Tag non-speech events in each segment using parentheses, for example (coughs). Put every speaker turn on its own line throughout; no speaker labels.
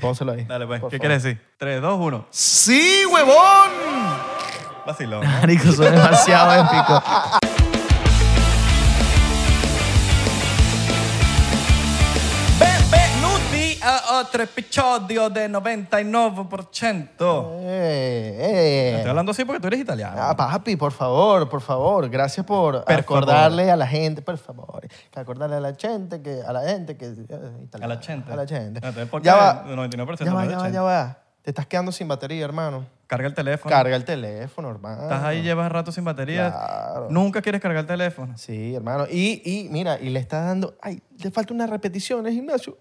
Pónselo ahí.
Dale, pues.
por
¿Qué
favor.
quieres decir? 3, 2, 1.
¡Sí, huevón!
Vacilón.
Marico, son
(laughs)
demasiado épico.
Benvenuti a otro episodio de 99%.
Eh, eh.
Estoy hablando así porque tú eres italiano.
Ah, papi, por favor, por favor. Gracias por
Per
acordarle a la gente, por favor. Que acordarle a la gente, que a la gente, que... eh,
a la gente.
A la gente.
Ah, entonces, ¿por
Ya
qué
va,
el 99%
ya
no
va,
es
ya va,
80?
ya va. Te estás quedando sin batería, hermano.
Carga el teléfono.
Carga el teléfono, hermano.
Estás ahí, llevas rato sin batería.
Claro.
Nunca quieres cargar el teléfono.
Sí, hermano. Y, y mira, y le estás dando... Ay, te falta una repetición en el gimnasio.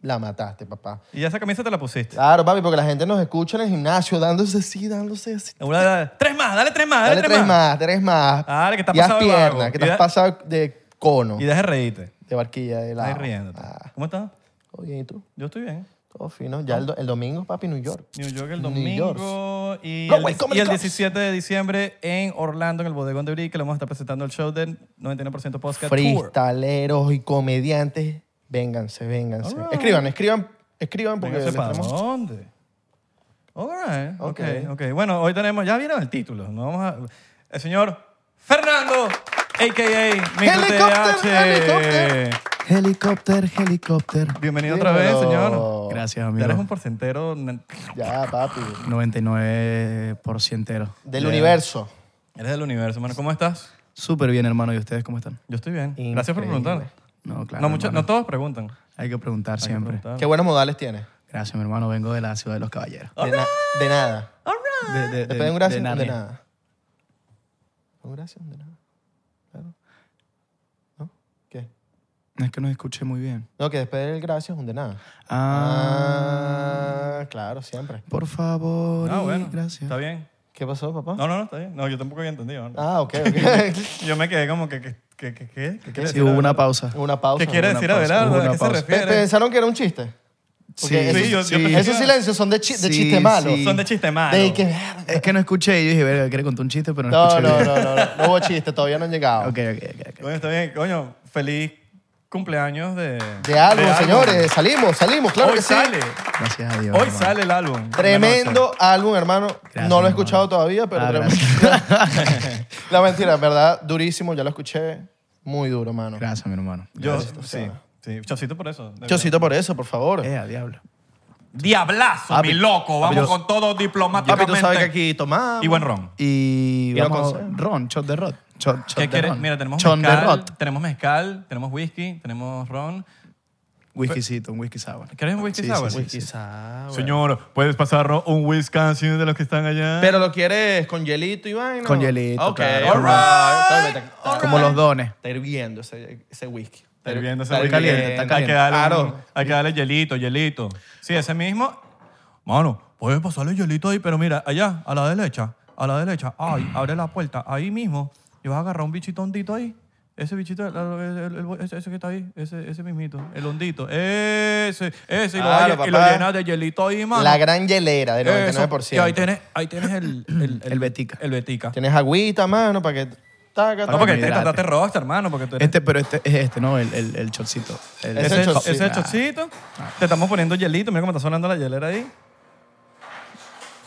La mataste, papá.
Y esa camisa te la pusiste.
Claro, papi, porque la gente nos escucha en el gimnasio dándose así, dándose así.
Una, dale, tres más, dale tres más, dale,
Dale tres más, tres más.
Dale, que estás
Y haz
pasado de
pierna,
vago.
que
Y
te has
da-
pasado de cono,
Y deja de reírte.
de barquilla, de la.
Estás riéndote.
Ah.
¿Cómo estás?
Oye, ¿y tú?
Yo estoy bien.
Todo fino. Ya el, do- el domingo, papi, New York.
New York el
New
domingo y
Go
el,
away,
dieci-
come
y
the
el
cops.
17 de diciembre en Orlando, en el Bodegón de Brick, que le vamos a estar presentando el show del 99% Podcast Tour.
Freestaleros y comediantes, vénganse, vénganse.
Alright.
Escriban, escriban, escriban porque
Véngase
les
para
tenemos-
dónde. All right.
Ok.
ok, ok. Bueno, hoy tenemos, ya vieron el título, ¿no? Vamos a, el señor Fernando, a.k.a. Micro
Helicóptero,
TDH.
Helicópter, helicópter.
Bienvenido otra vez,
Dímelo.
señor.
Gracias,
Ya
amigo.
eres un porcentero. n-
Ya, papi.
99%.
Del universo.
Eres del universo, hermano. ¿Cómo estás?
Súper bien, hermano. ¿Y ustedes cómo están?
Yo estoy bien. Gracias por
Increíble.
preguntar.
No, claro.
no, mucho-
hermano.
no todos preguntan.
Hay que preguntar siempre.
Preguntar.
Qué buenos modales tienes.
Gracias, mi hermano. Vengo de la ciudad de los caballeros.
De, na- de nada.
De, de,
¿Te
de-
piden un gracias?
de
De,
Narnia.
nada. ¿Un gracias? De nada. Claro. ¿No? ¿Qué?
Es que no escuché muy bien.
No, que después del gracias, un de nada.
Ah,
Ah, claro, siempre.
por favor.
Ah,
y
bueno.
Gracias.
Está bien.
¿Qué pasó, papá?
No, no, no, está bien. No, yo tampoco había entendido. ¿no?
Ah, ok, ok. (laughs)
Yo me quedé como que, que, que, que, que- que quiere
Sí,
decir
hubo una
Abelardo?
pausa.
Una pausa.
¿Qué quiere
una
decir
pausa,
Abelardo? ¿A
una
qué se
pausa.
Pe-
refiere?
Pensaron que era un chiste.
Sí,
Porque
Sí, yo-
esos,
yo pensé
esos
que-
silencios son de, chi- de
Sí,
chiste malo.
sí.
Son de chiste malo.
De que,
(laughs)
Es que no escuché y yo dije, verga, quiere contar un chiste, pero no,
no,
escuché.
no,
bien.
no, no, no. No hubo chiste, todavía no han llegado.
Ok, ok, ok. ok.
Coño, está bien. Coño, feliz cumpleaños de...
De álbum, señores. Salimos, salimos, claro
Hoy
que sí.
sale.
Gracias a Dios.
Hoy
hermano.
sale el álbum.
Tremendo álbum, hermano.
Gracias,
no lo he
hermano.
escuchado todavía, pero
Ah,
tremendo. (laughs) La mentira, en verdad, durísimo. Ya lo escuché. Muy duro, hermano.
Gracias, mi hermano.
Yo,
Gracias,
sí, sí. Chocito por eso. de verdad.
Chocito por eso, por favor.
Eh, a diablo.
Diablazo,
Papi,
mi loco. Vamos
papi, yo-
con todo diplomáticamente.
Papi, tú sabes que aquí tomamos.
Y buen ron.
Y
Quiero
vamos,
consejo.
ron, shot de rot. Shot, shot
¿Qué
de
quieres?
ron.
Mira, tenemos
Shot de
mezcal,
rot.
tenemos mezcal, tenemos whisky, tenemos ron.
Whiskycito, un whisky sour.
¿Quieres un whisky
Sí, sí,
sour?
sí, sí.
Quizá, güey.
Señor, ¿puedes pasarnos un whisky de los que están allá?
Pero lo quieres con hielito y vaina.
Con hielito,
Ok.
claro.
all right. Está- está-
all
Como los dones.
Está hirviendo ese, ese whisky.
Está hirviendo ese
Está
whisky.
caliente, está
Hay que
caliente.
darle,
Claro.
un- hay que darle hielito, hielito. Sí, ese mismo. Mano, puedes pasarle hielito ahí, pero mira, allá, a la derecha, a la derecha. Ay, abre la puerta, ahí mismo. Y vas a agarrar un bichito hondito ahí. Ese bichito, el- el- el- ese, ese que está ahí, ese, ese mismito, el hondito. Ese, ese, y
Claro,
lo, vas a- y lo
papá.
llenas de hielito ahí, mano.
La gran hielera del
Eso.
99%.
Y ahí tienes, ahí tienes el, el,
El Betica.
El Betica.
Tienes agüita, mano, para que. Taca,
No, porque
me
te
hidrate.
trataste rockstar, hermano, porque tú eres...
Este, pero este es este, ¿no? El, el, el shotcito. El-
Ese
Ese es
chocito.
ese es el chocito. Te estamos poniendo hielito. Mira cómo está sonando la hielera ahí.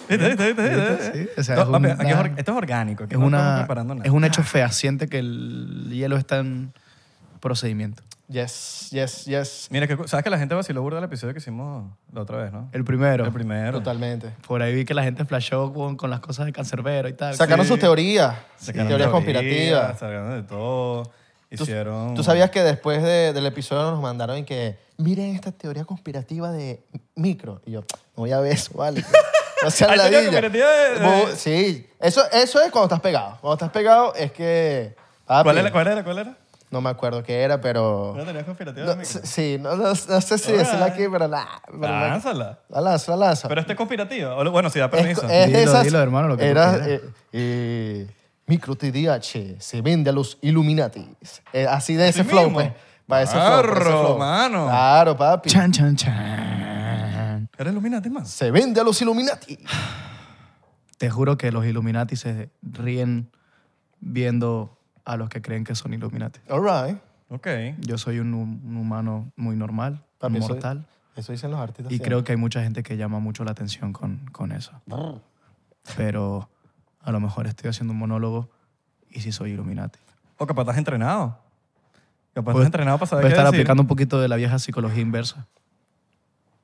¿Viste, viste, viste, viste?
Sí, o sea,
No,
es
papi,
una-
aquí es or- esto es orgánico. aquí
es,
no estamos
una,
preparando nada.
es un hecho fehaciente que el hielo está en procedimiento.
Yes, yes, yes.
Mira, que, cu- ¿sabes que la gente vaciló burda el episodio que hicimos la otra vez, no?
El primero.
El primero.
Totalmente.
Por ahí vi que la gente flashó con, con las cosas de cancerbero y tal.
Sacaron sus teorías,
Sacaron
teorías
teorías,
conspirativas.
Sacaron de todo.
¿Tú,
Hicieron...
tú sabías que después de- del episodio nos mandaron y que miren esta teoría conspirativa de micro? Y yo, no voy a ver eso,
(laughs)
vale. No seas
Hay
la
teoría conspirativa de- de-
Sí, eso, eso es cuando estás pegado. Cuando estás pegado es que... papi,
¿Cuál era? ¿Cuál era? ¿Cuál era?
No me acuerdo qué era, pero...
¿Una teoría conspirativa?
No,
amigo?
s- sí, no, no- no sé si decirla aquí, pero la... pero la-
Lánzala.
La lanzo, la lanzo.
Pero este es conspirativa. O lo- Bueno, si da
Es-
permiso.
es
Dilo,
de esas-
dilo, hermano, lo que tú
era,
quieras.
eh, eh, Micro TDH se vende a los Illuminatis. Eh, así de ese
Así
flow,
mismo.
pues. Para ese flow. para ese
Claro,
flow.
mano.
Claro, papi.
Chan, chan, chan.
¿Eres Illuminati, man?
Se vende a los Illuminati.
Te juro que los Illuminati se ríen viendo a los que creen que son Illuminati.
All right.
Ok.
Yo soy un, hum- un humano muy normal,
Papi, soy-
mortal.
Eso dicen los artistas.
Y
siempre.
creo que hay mucha gente que llama mucho la atención con, con eso. Pero a lo mejor estoy haciendo un monólogo y sí soy Illuminati.
O capaz estás entrenado. Capaz
Puedo-
estás entrenado para saber
puedo
qué
estar
decir.
aplicando un poquito de la vieja psicología inversa.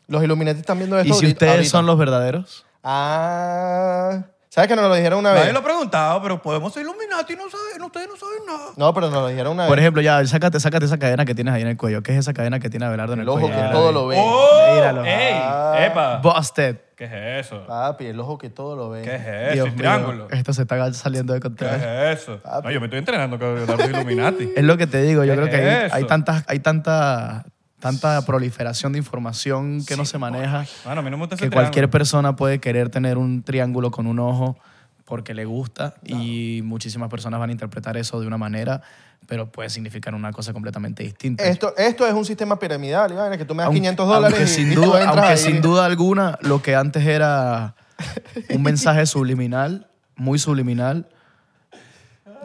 Los Illuminati están viendo esto
¿Y si
Pues ahorita-
ustedes
ahorita.
son los verdaderos?
Ah. ¿Sabes que nos lo dijeron una
Nadie
vez?
lo ha preguntado, pero podemos ser Illuminati y no saben, ustedes no saben nada.
No, pero nos lo dijeron una
Por
vez.
ejemplo, ya, sácate, sácate esa cadena que tienes ahí en el cuello. ¿Qué es esa cadena que tiene Abelardo en el,
El ojo
cuello?
que
Ya,
todo
eh.
lo ve.
¡Oh!
Míralo.
¡Ey!
Ah.
¡Epa!
Busted.
¿Qué es eso?
Papi, el ojo que todo lo ve.
¿Qué es eso?
Dios
El
mío,
triángulo.
Esto se (laughs) está saliendo de control.
¿Qué (laughs) es eso? No, yo me estoy entrenando con Abelardo
(laughs)
Illuminati.
Es lo que te digo, yo
¿Qué
creo que
es
hay,
eso?
hay tantas, hay tanta, tanta proliferación de información que no se maneja
Bueno, a mí no me gusta ese
que cualquier persona puede querer tener un triángulo con un ojo porque le gusta y muchísimas personas van a interpretar eso de una manera, pero puede significar una cosa completamente distinta.
Esto, esto es un sistema piramidal, y vaina, que tú me das
Aunque-
500 dólares
aunque
y,
sin
y tú
duda,
entras
aunque
ahí.
sin duda alguna lo que antes era un mensaje subliminal, muy subliminal,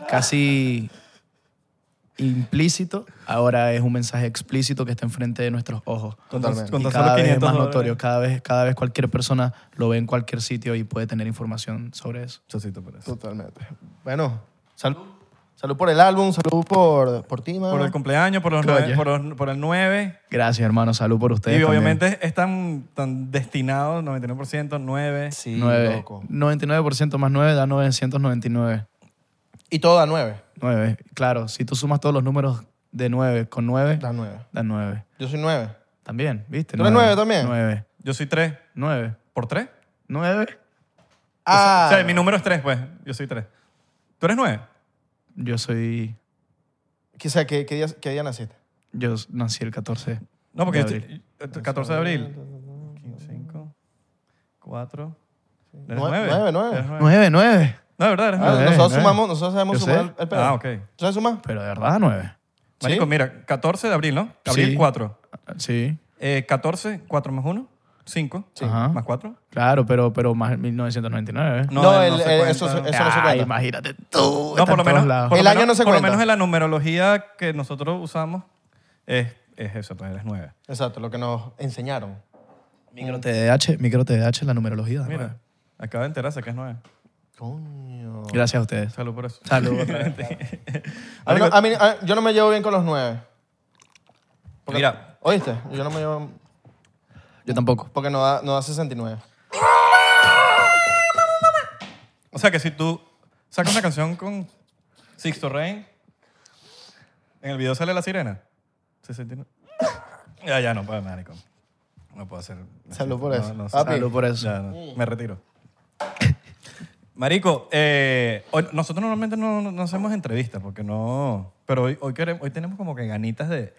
casi implícito, ahora es un mensaje explícito que está enfrente de nuestros ojos.
Totalmente.
Con
Y
tan
cada
solo
vez es
500
más
dólares.
notorio, cada vez, cada vez cualquier persona lo ve en cualquier sitio y puede tener información sobre eso.
Chocito por eso.
Totalmente. Bueno, sal- salud por el álbum, salud por, por ti, mano.
Por el cumpleaños, por, los
Coño.
nueve- por, los- por el 9.
Gracias, hermano. Salud por
Y
ustedes. también.
obviamente es tan, tan destinado, 99%, 9.
Sí,
Nueve.
loco.
99% más 9 da 999.
Y todo da 9.
9, claro. Si tú sumas todos los números de 9 con 9,
Da 9.
da 9.
Yo soy 9.
También, ¿viste?
¿Tú eres nueve también?
9,
Yo soy 3.
9,
¿Por 3?
9.
Ah,
O sea, mi número es 3, pues. Yo soy 3. ¿Tú eres 9?
Yo soy...
que- o sea, ¿qué, qué día, qué día naciste?
Yo nací el 14.
No, porque
De
yo estoy- 14 de abril. 5, 4. ¿Eres
Nue-
9?
nueve, nueve.
9, 9.
No, de verdad, eres
Ah,
9.
nueve,
nosotros
nueve.
sumamos, nosotros sabemos
Yo
sumar
sé.
el- el pedo.
Ah, ok.
¿Tú sabes sumar?
Pero de verdad 9.
Marico,
¿Sí?
mira, 14 de abril, ¿no? Abril
Sí.
4.
Sí,
Eh, 14, 4 más 1, 5.
Ah.
Ajá.
¿Más 4?
claro, pero, pero más 1999.
No, el- el- eso se- eh, eso no se
Ay,
cuenta.
Ah, imagínate tú.
No, por
está
lo
en todos
menos.
lados.
por lo
El año
menos-
no se
Por lo
cuenta.
menos en la numerología que nosotros usamos es, es eso, pues eres 9.
Exacto, lo que nos enseñaron.
Micro TDH, micro TDH, la numerología.
Mira,
Mira.
acaba de enterarse que es 9.
Coño.
Gracias a ustedes.
Salud por eso. (laughs)
Salud otra vez.
A mí no- a mí- a- yo no me llevo bien con los 9.
Mira,
¿Oíste? Yo no me llevo...
Yo tampoco.
Porque no da, no da 69.
o sea que si tú sacas una canción con Sixto Rain, en el video sale la sirena. ¿Se sentí- Ya, ya, no puedo, marico. No puedo hacer.
Salud por
no,
eso.
no sé.
Papi.
Salud por eso.
Ya, no, me retiro. Mm. Marico, eh, hoy- nosotros normalmente no, no- no hacemos entrevistas porque no. Pero hoy, hoy, queremos- hoy tenemos como que ganitas de.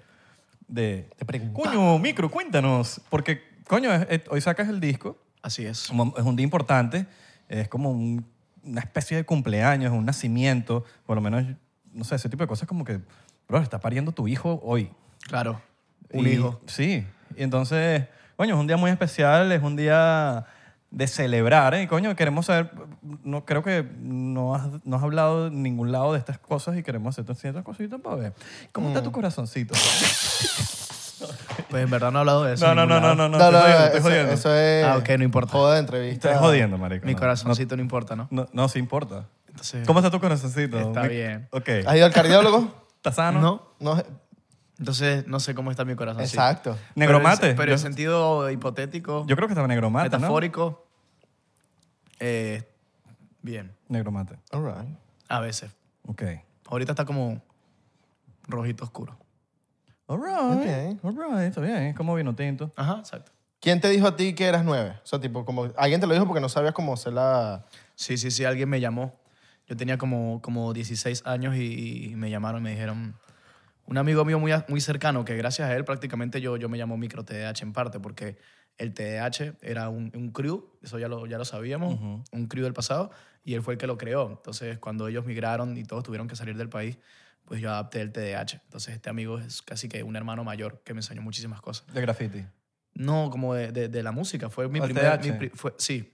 de
Te pregunto.
coño, micro, cuéntanos. Porque, coño, es- es- hoy sacas el disco,
Así es.
como- es un día importante, es como un- una especie de cumpleaños, un nacimiento, por lo menos, no sé, ese tipo de cosas como que, bro, está pariendo tu hijo hoy.
Claro. Un
Y-
hijo.
Sí. Y entonces, coño, es un día muy especial, es un día de celebrar. ¿eh? Y coño, queremos saber, no, creo que no has, no has hablado en ningún lado de estas cosas y queremos hacer ciertas cositas para ver. ¿Cómo está tu corazoncito?
Pues en verdad no he hablado de eso.
no,
en
no, no, no,
ningún lado.
No,
no, no, estoy
no,
jodiendo,
no,
estoy
eso,
jodiendo.
eso es...
Ah, ok, no importa.
Joda de entrevista.
Estoy jodiendo, marico.
Mi
no.
corazoncito no importa, ¿no?
No, no, sí importa.
Entonces,
¿Cómo está tu corazoncito?
Está
Mi-
bien.
Ok.
¿Has ido al cardiólogo?
¿Estás sano?
No.
No,
Entonces, no sé cómo está mi corazón. sí.
exacto.
Pero,
Negromate.
en- pero en
yo,
sentido hipotético,
yo creo que estaba negromate, ¿no?
metafórico, eh, bien,
Negromate.
All right.
a veces.
Ok.
Ahorita está como rojito oscuro.
All right. All right. Está bien. Es como vino tinto.
Ajá, exacto.
¿Quién te dijo a ti que eras 9? O sea, tipo, como... Alguien te lo dijo porque no sabías cómo hacer la...
Sí, sí, sí, alguien me llamó. Yo tenía como, como 16 años y, y me llamaron y me dijeron, un amigo mío muy, a- muy cercano, que gracias a él prácticamente yo, yo me llamo micro TDAH en parte, porque el TDAH era un, un crew, eso ya lo, ya lo sabíamos, un crew del pasado, y él fue el que lo creó. Entonces, cuando ellos migraron y todos tuvieron que salir del país, pues yo adapté el TDAH. Entonces, este amigo es casi que un hermano mayor que me enseñó muchísimas cosas.
De graffiti.
No, como de, de- de la música. Fue mi
Al
primer.
TH.
mi pri- fue, sí.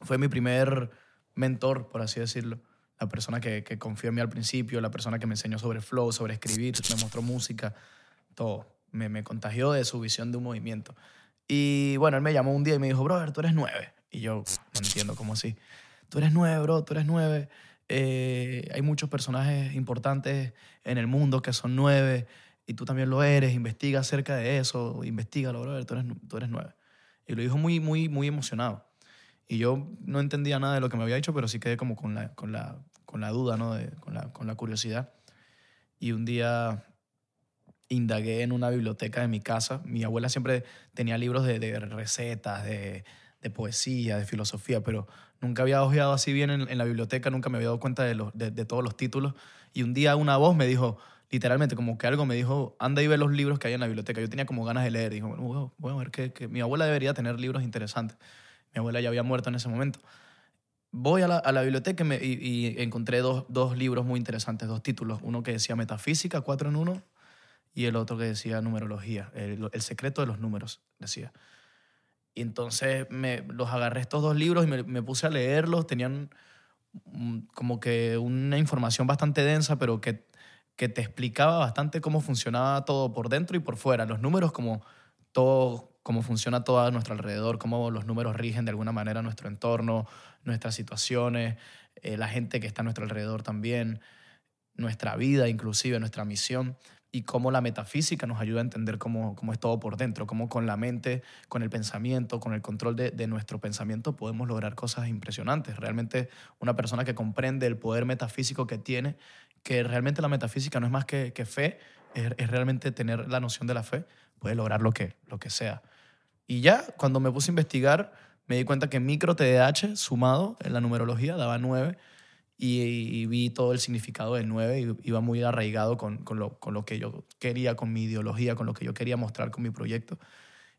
Fue mi primer mentor, por así decirlo. La persona que, que confió en mí al principio, la persona que me enseñó sobre flow, sobre escribir, me mostró música, todo. Me, me contagió de su visión de un movimiento. Y bueno, él me llamó un día y me dijo, brother, tú eres nueve. Y yo no entiendo cómo así. Tú eres nueve, bro, tú eres nueve. Eh, hay muchos personajes importantes en el mundo que son nueve y tú también lo eres. Investiga acerca de eso, investigalo, brother, tú eres, nu- tú eres nueve. Y lo dijo muy, muy, muy emocionado. Y yo no entendía nada de lo que me había dicho, pero sí quedé como con la, con la, con la duda, ¿no? De- con, la, con la curiosidad. Y un día indagué en una biblioteca de mi casa. Mi abuela siempre tenía libros de, de recetas, de, de poesía, de filosofía, pero nunca había hojeado así bien en, en la biblioteca, nunca me había dado cuenta de, los- de- de todos los títulos. Y un día una voz me dijo, literalmente, como que algo me dijo, anda y ve los libros que hay en la biblioteca. Yo tenía como ganas de leer. Dijo, bueno, voy a- voy a ver que, mi abuela debería tener libros interesantes. Mi abuela ya había muerto en ese momento. Voy a la, a la biblioteca y, me- y- y encontré dos, dos libros muy interesantes, dos títulos. Uno que decía Metafísica, cuatro en uno, y el otro que decía numerología, el, el secreto de los números, decía. Y entonces me, los agarré estos dos libros y me, me puse a leerlos. Tenían mm, como que una información bastante densa, pero que, que te explicaba bastante cómo funcionaba todo por dentro y por fuera. Los números como todo, cómo funciona todo a nuestro alrededor, cómo los números rigen de alguna manera nuestro entorno, nuestras situaciones, eh, la gente que está a nuestro alrededor también, nuestra vida inclusive, nuestra misión y cómo la metafísica nos ayuda a entender cómo, cómo es todo por dentro, cómo con la mente, con el pensamiento, con el control de, de nuestro pensamiento podemos lograr cosas impresionantes. Realmente una persona que comprende el poder metafísico que tiene, que realmente la metafísica no es más que, que fe, es, es realmente tener la noción de la fe, puede lograr lo que, lo que sea. Y ya cuando me puse a investigar, me di cuenta que micro TDAH sumado en la numerología daba 9 y, y vi todo el significado del 9 y iba muy arraigado con, con lo, con lo que yo quería, con mi ideología, con lo que yo quería mostrar con mi proyecto.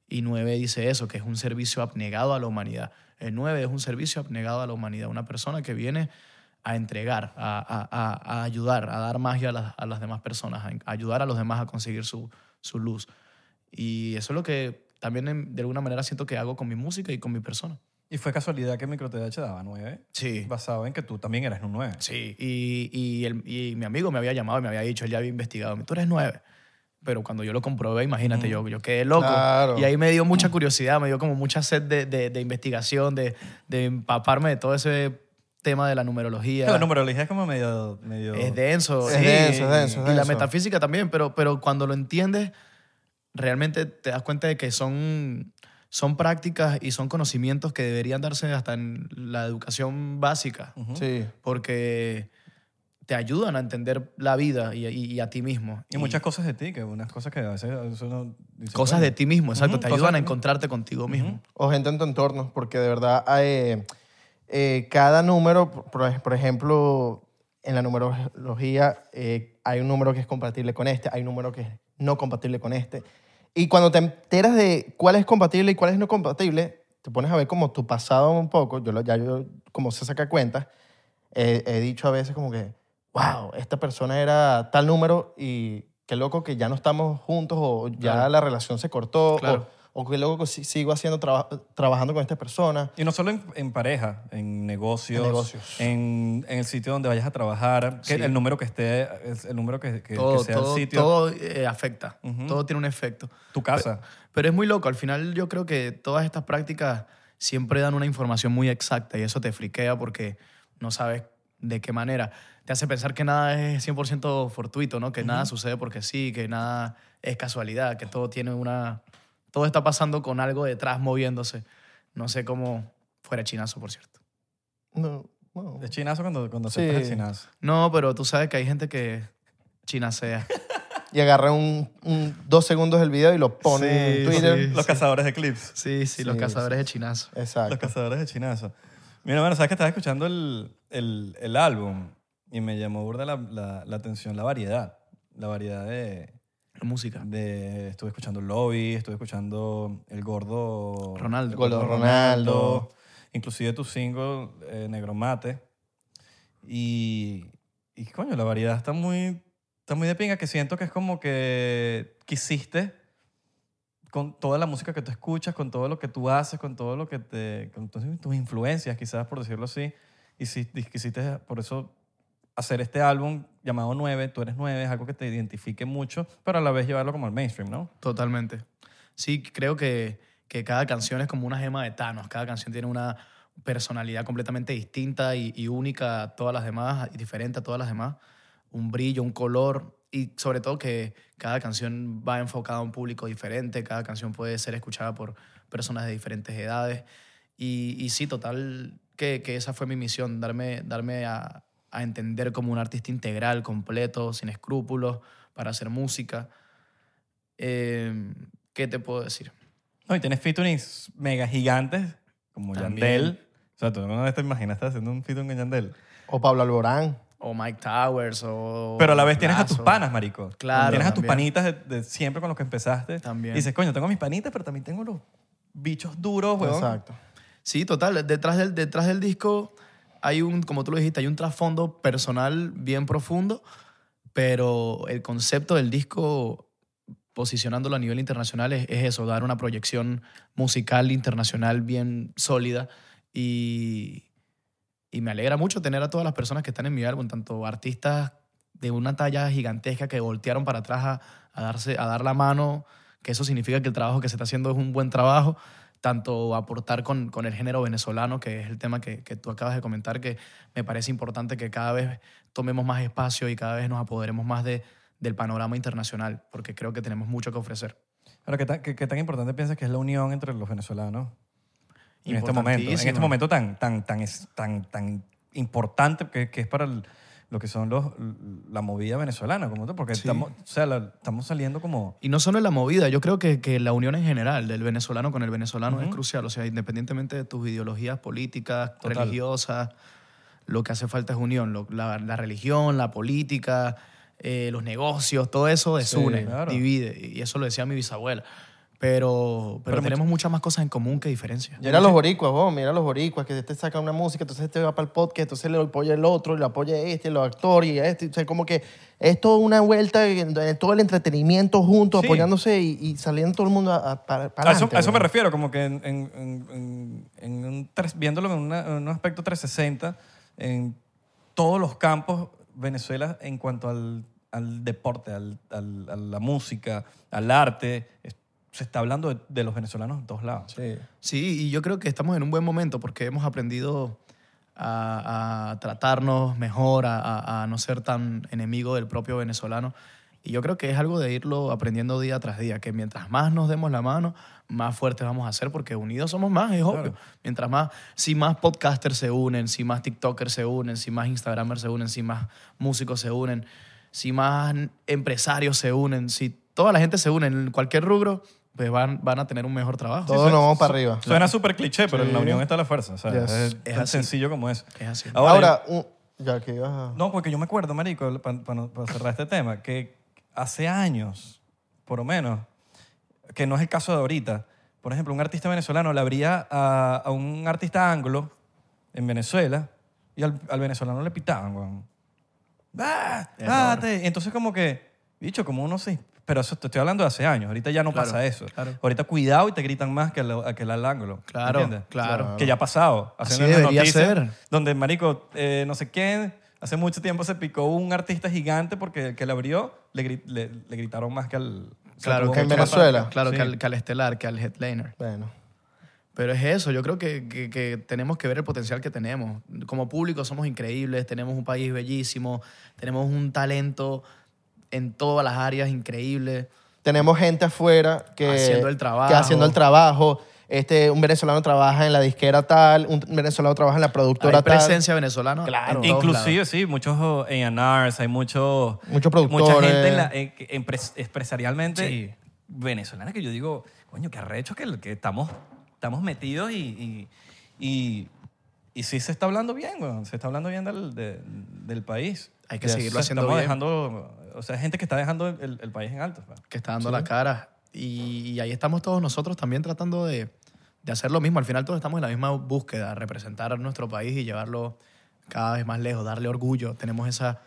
Y 9 dice eso, que es un servicio abnegado a la humanidad. El 9 es un servicio abnegado a la humanidad, una persona que viene a entregar, a, a- a- a ayudar, a dar magia a las, a las demás personas, a en- a ayudar a los demás a conseguir su, su luz. Y eso es lo que también en- de alguna manera siento que hago con mi música y con mi persona.
Y fue casualidad que MicroTDH daba 9,
Sí.
basado en que tú también eras un 9.
Sí, y, y, el- y mi amigo me había llamado y me había dicho, él ya había investigado, tú eres nueve. Pero cuando yo lo comprobé, imagínate, yo, yo quedé loco.
Claro.
Y ahí me dio mucha curiosidad, me dio como mucha sed de, de- de investigación, de, de empaparme de todo ese tema de la numerología.
La numerología es como medio... medio
Es denso.
Es
sí.
denso, es denso, es
Y la
denso.
metafísica también, pero, pero cuando lo entiendes, realmente te das cuenta de que son, son prácticas y son conocimientos que deberían darse hasta en la educación básica
Ujú.
Sí.
porque te ayudan a entender la vida y, y- y a ti mismo.
Y muchas cosas de ti, que unas cosas que a veces uno dice,
Cosas de
"Coño".
ti mismo, exacto.
Ujú,
te
cosas
ayudan a
de ti.
encontrarte contigo mismo.
o gente en tu entorno, porque de verdad eh, eh, cada número, por, por ejemplo, en la numerología eh, hay un número que es compatible con este, hay un número que es no compatible con este. Y cuando te enteras de cuál es compatible y cuál es no compatible, te pones a ver como tu pasado un poco, yo lo- ya yo como se saca cuentas, eh, he dicho a veces como que, wow, esta persona era tal número y qué loco que ya no estamos juntos o ya
Claro.
la relación se cortó
Claro.
o, o qué loco que si- sigo haciendo traba- trabajando con esta persona.
Y no solo en, en pareja, en negocios,
En negocios.
En, en el sitio donde vayas a trabajar, que
Sí.
el número que esté, es el número que, que- que
Todo,
sea
todo,
el sitio,
todo, eh, afecta,
Ujú.
todo tiene un efecto.
tu casa.
Pero es muy loco, al final yo creo que todas estas prácticas siempre dan una información muy exacta y eso te friquea porque no sabes de qué manera. Te hace pensar que nada es 100% fortuito, ¿no? Que nada sucede porque sí, que nada es casualidad, que todo tiene una... Todo está pasando con algo detrás moviéndose. No sé cómo fuera chinazo, por cierto.
No, no.
Es chinazo cuando, cuando
Sí.
aceptas el chinazo.
No, pero tú sabes que hay gente que chinasea.
Y agarra un, un- dos segundos del video y lo pone
Sí,
en Twitter.
sí.
Los cazadores de clips.
Sí, sí, los
Sí,
cazadores de chinazo.
Exacto.
Los cazadores de chinazo. Mira, bueno, sabes que estaba escuchando el, el, el álbum y me llamó burda la, la, la atención la variedad. La variedad de,
Música.
de- Estuve escuchando Lobby, estuve escuchando El Gordo...
Ronaldo.
El Gordo
Gordo
Ronaldo.
Ronaldo.
Inclusive tu single, eh, Negromate. Y, y, coño, la variedad está muy, está muy de pinga, que siento que es como que quisiste con toda la música que tú escuchas, con todo lo que tú haces, con todo lo que te... con tus, tus influencias, quizás, por decirlo así. Y si, y quisiste, por eso, hacer este álbum llamado 9, Tú Eres 9, es algo que te identifique mucho, pero a la vez llevarlo como al mainstream, ¿no?
Totalmente. Sí, creo que, que cada canción es como una gema de Thanos, cada canción tiene una personalidad completamente distinta y, y única a todas las demás, y diferente a todas las demás, un brillo, un color, y sobre todo que cada canción va enfocada a un público diferente, cada canción puede ser escuchada por personas de diferentes edades, y, y sí, total, que, que esa fue mi misión, darme, darme a, a entender como un artista integral, completo, sin escrúpulos, para hacer música. Eh, ¿Qué te puedo decir?
No, y tienes featurings mega gigantes, como
También.
Yandel. O sea, tú no te imaginas estás haciendo un featuring con Yandel.
O Pablo Alborán.
O Mike Towers, o...
Pero a la vez tienes a tus
Oh, Lazo.
panas, marico.
Claro,
Tienes a tus
también.
panitas de, de siempre con los que empezaste.
También.
Y dices, coño, tengo mis panitas, pero también tengo los bichos duros, weón.
Exacto.
Sí, total. Detrás del, detrás del disco hay un, como tú lo dijiste, hay un trasfondo personal bien profundo, pero el concepto del disco, posicionándolo a nivel internacional, es, es eso, dar una proyección musical internacional bien sólida. Y, y me alegra mucho tener a todas las personas que están en mi álbum, tanto artistas de una talla gigantesca que voltearon para atrás a, a darse, a dar la mano, que eso significa que el trabajo que se está haciendo es un buen trabajo, tanto aportar con, con el género venezolano, que es el tema que, que tú acabas de comentar, que me parece importante que cada vez tomemos más espacio y cada vez nos apoderemos más de, del panorama internacional, porque creo que tenemos mucho que ofrecer.
Pero ¿qué tan, qué- qué tan importante piensas que es la unión entre los venezolanos en este momento? En este
Importantísimo.
momento tan, tan, tan, es- tan, tan importante que, que es para el- lo que son los, la movida venezolana, como tal, porque estamos, o sea, la- estamos saliendo como...
Y no solo en la movida, yo creo que, que la unión en general del venezolano con el venezolano es crucial. O sea, independientemente de tus ideologías políticas,
Total.
religiosas, lo que hace falta es unión. Lo- la, la religión, la política, eh, los negocios, todo eso desune,
claro.
divide. Y eso lo decía mi bisabuela. Pero, pero, tenemos muchas más cosas en común que diferencias.
Mira los boricuas, vos, mira los boricuas, que este saca una música, entonces este va para el podcast, entonces le apoya el otro, le apoya este, los actores y este. O sea, como que es toda una vuelta, en donde todo el entretenimiento junto,
Sí.
apoyándose y, y saliendo todo el mundo a- a- para
A eso,
adelante,
a eso me
weón.
refiero, como que en, en- en- en- en un tres- viéndolo en, una- en un aspecto 360, en todos los campos, Venezuela en cuanto al, al deporte, al- al- a la música, al arte, es- se está hablando de, de los venezolanos en todos lados.
Sí, y yo creo que estamos en un buen momento porque hemos aprendido a, a tratarnos mejor, a, a- a no ser tan enemigo del propio venezolano. Y yo creo que es algo de irlo aprendiendo día tras día, que mientras más nos demos la mano, más fuertes vamos a ser, porque unidos somos más, es obvio. Mientras más, si más podcasters se unen, si más TikTokers se unen, si más Instagramers se unen, si más músicos se unen, si más empresarios se unen, si toda la gente se une en cualquier rubro, pues van, van a tener un mejor trabajo.
Todos nos vamos para arriba.
Suena súper cliché, pero en la unión está la fuerza. o sea,
Yes.
Es,
Es
tan
así.
sencillo como eso.
Es así.
Ahora,
Ahora, un- ya que ibas a...
No, porque yo me acuerdo, marico, para cerrar este tema, que hace años, por lo menos, que no es el caso de ahorita, por ejemplo, un artista venezolano le abría a, a un artista anglo en Venezuela y al, al venezolano le pitaban, weón. ¡Ah! ¡Bájate! Entonces como que, bicho, como uno sí. Pero eso te estoy hablando de hace años. Ahorita ya no
Claro,
pasa eso.
claro.
Ahorita cuidado y te gritan más que al, que al anglo.
Claro,
¿entiendes?
claro.
Que ya ha pasado.
Así
Haciendo unas
debería
noticias
ser.
Donde, marico, eh, no sé quién, hace mucho tiempo se picó un artista gigante porque el que le abrió le, gri- le- le gritaron más que al... o sea,
Claro,
tuvo
que
en
mucho más
Venezuela.
para-
Claro,
Sí.
que, al, que al estelar, que al headliner.
Bueno.
Pero es eso, yo creo que, que- que tenemos que ver el potencial que tenemos. Como público somos increíbles, tenemos un país bellísimo, tenemos un talento en todas las áreas increíble.
Tenemos gente afuera que...
Haciendo el trabajo.
Que haciendo el trabajo. Este, un venezolano trabaja en la disquera tal, un venezolano trabaja en la productora
Hay
tal.
presencia venezolana.
Claro.
en todos
Inclusive,
lados.
sí, muchos A&Rs, hay muchos...
Muchos productores.
Mucha gente en la- en- en- empres- empresarialmente
Sí.
venezolana que yo digo, coño, qué arrecho que, que estamos, estamos metidos y, y, y, y sí se está hablando bien, weón, se está hablando bien del, de- del país.
Hay que
Ya,
seguirlo
o sea,
haciendo
estamos
bien.
Dejando, o sea, hay gente que está dejando el, el- el país en alto. weón.
Que está dando la cara. Y, y ahí estamos todos nosotros también tratando de, de hacer lo mismo. Al final todos estamos en la misma búsqueda, representar a nuestro país y llevarlo cada vez más lejos, darle orgullo. Tenemos esa,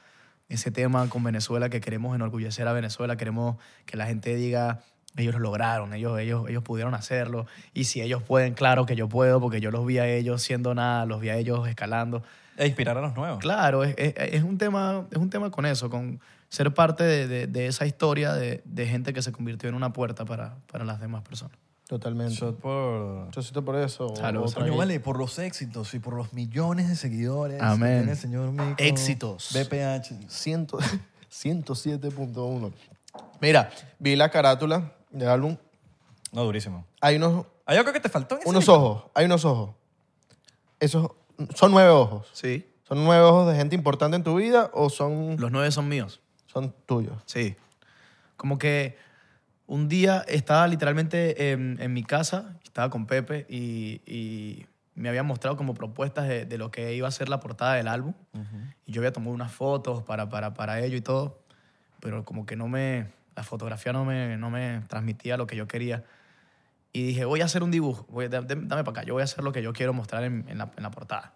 ese tema con Venezuela que queremos enorgullecer a Venezuela, queremos que la gente diga, ellos lo lograron, ellos, ellos, ellos pudieron hacerlo, y si ellos pueden, claro que yo puedo, porque yo los vi a ellos siendo nada, los vi a ellos escalando.
E inspirar a los nuevos.
Claro, es, es- es un tema, es un tema con eso, con ser parte de, de- de esa historia de, de gente que se convirtió en una puerta para, para las demás personas.
Totalmente.
Shot por...
Yo siento por eso. o-
Salud,
o
salud.
traguito.
Coño, vale, por los éxitos y por los millones de seguidores. que
Amén.
tiene el señor Mico.
Éxitos.
BPH.
Ciento- (laughs) 107.1. Mira, vi la carátula del álbum.
No, durísimo.
Hay unos,
Hay algo que te faltó en ese
unos
disco?
ojos, hay unos ojos. Esos son nueve ojos.
Sí.
¿Son nueve ojos de gente importante en tu vida o son,
Los nueve son míos.
son tuyos?
Sí. Como que un día estaba literalmente en, en mi casa, estaba con Pepe y, y me habían mostrado como propuestas de, de lo que iba a ser la portada del álbum. Y yo había tomado unas fotos para, para, para ello y todo, pero como que no me, la fotografía no me, no me transmitía lo que yo quería. Y dije, voy a hacer un dibujo, voy, da- dame para acá, yo voy a hacer lo que yo quiero mostrar en, en la, en la portada.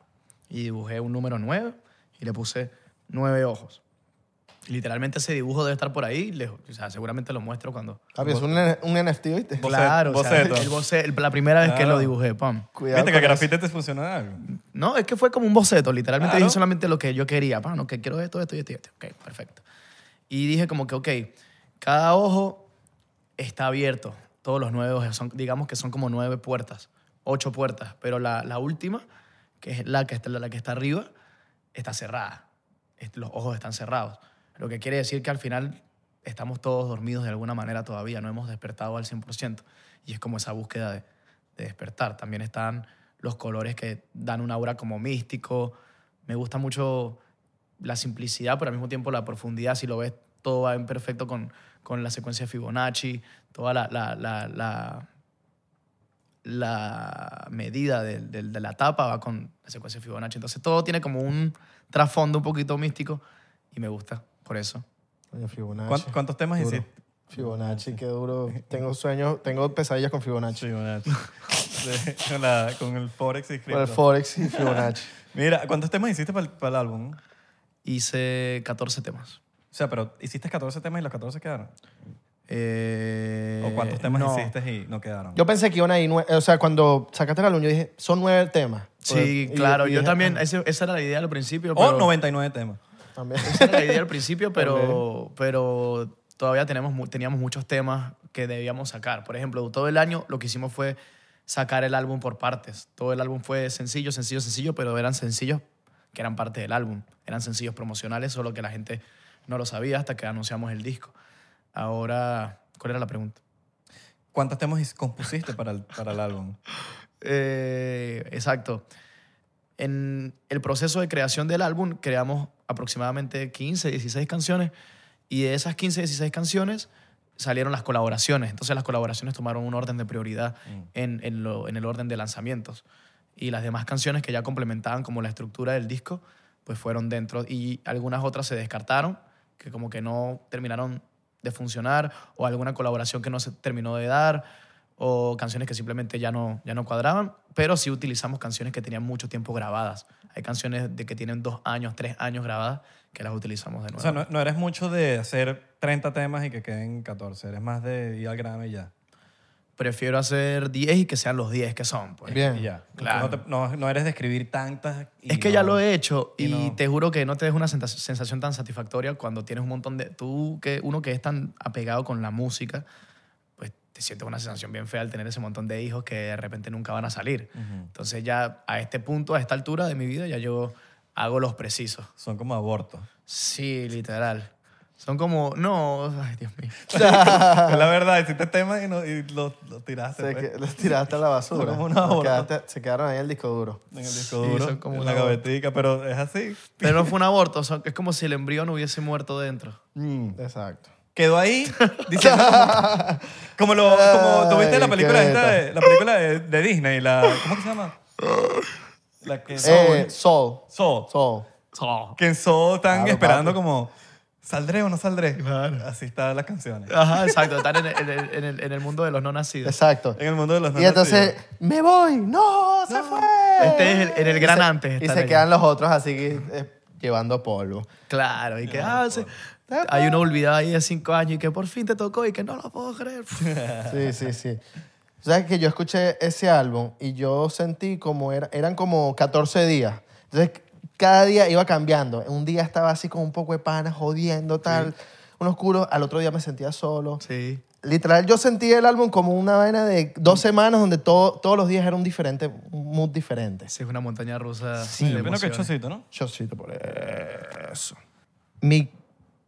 Y dibujé un número 9 y le puse nueve ojos. Y Literalmente ese dibujo debe estar por ahí. le- o sea, seguramente lo muestro cuando...
Papi, es un, N- un NFT, ¿oíste?
Boceto,
claro, o sea,
Ah, pues, boceto.
el boce- el- la primera vez que
Claro.
lo dibujé, pam.
Cuidado
Viste que
con eso.
grafite te funcionó de algo.
No, es que fue como un boceto. Literalmente
Claro.
dije solamente lo que yo quería. Pam, no, que quiero esto, esto y esto, y esto. Ok, perfecto. Y dije como que, ok, cada ojo está abierto. Todos los nueve ojos, son, digamos que son como nueve puertas, ocho puertas. Pero la, la última, que es la que, está, la que está arriba, está cerrada. Est- Los ojos están cerrados. Lo que quiere decir que al final estamos todos dormidos de alguna manera todavía, no hemos despertado al 100%. Y es como esa búsqueda de, de despertar. También están los colores que dan un aura como místico. Me gusta mucho la simplicidad, pero al mismo tiempo la profundidad. Si lo ves, todo va en perfecto con, con la secuencia de Fibonacci, toda la, la, la, la- la medida del- del- de, la tapa va con la secuencia de Fibonacci. Entonces todo tiene como un trasfondo un poquito místico y me gusta por eso.
Coño, Fibonacci.
¿Cuán- ¿Cuántos temas
Duro.
hiciste?
Fibonacci, qué duro. Tengo sueños, tengo pesadillas con Fibonacci. (laughs)
Fibonacci. Sí, con, la- con el Forex y
Con el
cripto.
Forex y Fibonacci.
Mira, ¿cuántos temas hiciste para el, para el álbum? O
Hice 14 temas.
sea, pero hiciste 14 temas y los 14 quedaron.
Eh,
¿O cuántos temas
no.
hiciste y no quedaron?
Yo pensé que iban a ir nue- O sea, cuando sacaste el álbum, yo dije, son nueve temas.
Sí,
Pues, Y-
claro.
y Oh,
yo
dije,
también,
ah,
ese- esa era la idea al principio.
o
pero-
99 temas.
(laughs)
también.
Esa era la idea
(laughs)
al principio, pero, pero todavía tenemos, mu- teníamos muchos temas que debíamos sacar. Por ejemplo, todo el año lo que hicimos fue sacar el álbum por partes. Todo el álbum fue sencillo, sencillo, sencillo, pero eran sencillos que eran parte del álbum. Eran sencillos promocionales, solo que la gente no lo sabía hasta que anunciamos el disco. Ahora, ¿cuál era la pregunta?
¿Cuántos temas his- compusiste para el, para el álbum?
(laughs)
Eh, exacto. En el proceso de creación del álbum creamos aproximadamente 15, 16 canciones y de esas 15, 16 canciones salieron las colaboraciones. Entonces las colaboraciones tomaron un orden de prioridad en, en lo- en el orden de lanzamientos. Y las demás canciones que ya complementaban como la estructura del disco, pues fueron dentro y algunas otras se descartaron, que como que no terminaron de funcionar o alguna colaboración que no se terminó de dar o canciones que simplemente ya no, ya no cuadraban, pero sí utilizamos canciones que tenían mucho tiempo grabadas. Hay canciones de que tienen dos años, tres años grabadas que las utilizamos de nuevo.
O sea, no, no eres mucho de hacer 30 temas y que queden 14. Eres más de ir al grano y ya.
Prefiero hacer 10 y que sean los 10 que son. pues.
Bien. (laughs)
Y ya.
Claro.
No, te- no- no eres de escribir tantas. y
Es que
no-
ya lo he hecho
y
y,
no.
te juro que no te deja una senta- sensación tan satisfactoria cuando tienes un montón de... Tú, que uno que es tan apegado con la música, pues te sientes una sensación bien fea al tener ese montón de hijos que de repente nunca van a salir. Entonces ya a este punto, a esta altura de mi vida, ya yo hago los precisos.
Son como
(laughs)
abortos. (laughs)
Sí, literal. Son como... No, ay, Dios mío.
Es la verdad, hiciste temas y, no, y lo, lo tiraste.
Se
pues,
que- los tiraste a la basura.
Como una
Los
borra.
quedaste- se quedaron ahí en el disco duro.
En el disco
Sí,
duro,
son como
en
una
la
aborto.
gavetica, pero es así.
Pero no fue un aborto, o sea, es como si el embrión hubiese muerto dentro. Mm.
Exacto.
Quedó
(laughs)
ahí
(laughs)
diciendo como, como lo como tú viste la
Ay,
película
qué
esta
beta.
de, la película de, de Disney la ¿cómo que se
(gasps)
llama? La que
Eh, Soul.
Soul.
Soul.
que en Soul están
Claro,
esperando
papi.
como ¿saldré o no saldré? Así están las canciones.
Ajá, exacto. Están en el, en el- en el- en el mundo de los no nacidos.
Exacto.
En el mundo de los
Y
nombres
entonces,
tuyos.
me voy. No, se fue.
Este es el- en el gran
Y se-
antes
Y
están
se
ellos.
quedan los otros así que, eh, llevando polvo.
Claro, y que ah, se- hay uno olvidado ahí de cinco años y que por fin te tocó y que no lo puedo creer.
Sí, sí, sí. ¿Sabes que yo escuché ese álbum y yo sentí como era, eran como 14 días? Entonces, cada día iba cambiando. Un día estaba así con un poco de pana, jodiendo, tal, un oscuro. Al otro día me sentía solo.
Sí.
literal, yo sentí el álbum como una vaina de dos semanas donde todo, todos los días era un diferente, un mood diferente.
Sí, es una montaña rusa.
Sí,
de
yo
Menos que
emociones.
chocito, ¿no?
Yo sí, por eso. Mi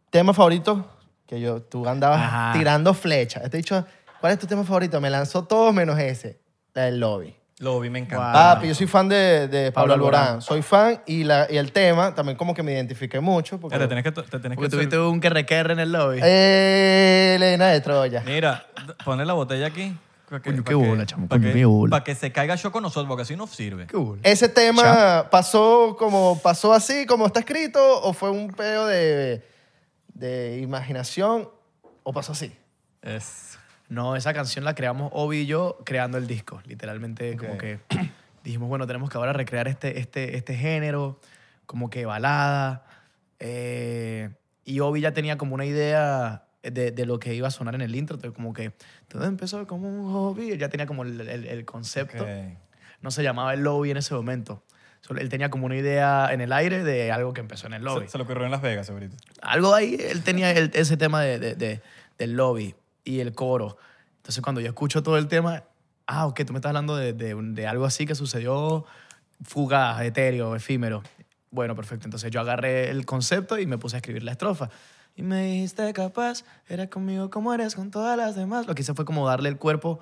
tema favorito, que yo, tú andabas
Ajá.
tirando flechas. Te he dicho, ¿cuál es tu tema favorito? Me lanzó todos menos ese, la del lobby.
Lo vi, me encanta.
Ah.
Papi, yo soy fan de, de Pablo
Pablo Alborán.
Alborán. Soy fan y, la, y el tema también como que me identifiqué mucho. Porque,
Eh, Te tenés que... Te tenés
Porque
que
tuviste un que requerre en el lobby.
Eh, Elena de Troya.
Mira, ponle la botella aquí. pa' que-
Coño, qué
pa' que-
bola, chamo,
pa'
coño,
que-
qué bola.
pa' que se caiga yo con nosotros, porque así no sirve.
Qué cool.
¿Ese tema pasó como pasó así, como está escrito, o fue un pedo de, de imaginación, o pasó así?
Es...
No, esa canción la creamos Obi y yo creando el disco. Literalmente, como
Ok.
que (clears throat) dijimos, bueno, tenemos que ahora recrear este, este, este género, como que balada. eh, y Obi ya tenía como una idea de, de lo que iba a sonar en el intro. Entonces, como que todo empezó como un hobby. Él ya tenía como el, el- el concepto. No se llamaba el lobby en ese momento. Solo- él tenía como una idea en el aire de algo que empezó en el lobby.
Se, se lo ocurrió en Las Vegas, segurito.
Algo ahí, él tenía el- ese tema de, de- de- del lobby y el coro. Entonces, cuando yo escucho todo el tema, ah, ok, tú me estás hablando de, de un- de algo así que sucedió fugaz, etéreo, efímero. Bueno, perfecto. Entonces, yo agarré el concepto y me puse a escribir la estrofa. Y me dijiste capaz, eres conmigo como eres con todas las demás. Lo que hice fue como darle el cuerpo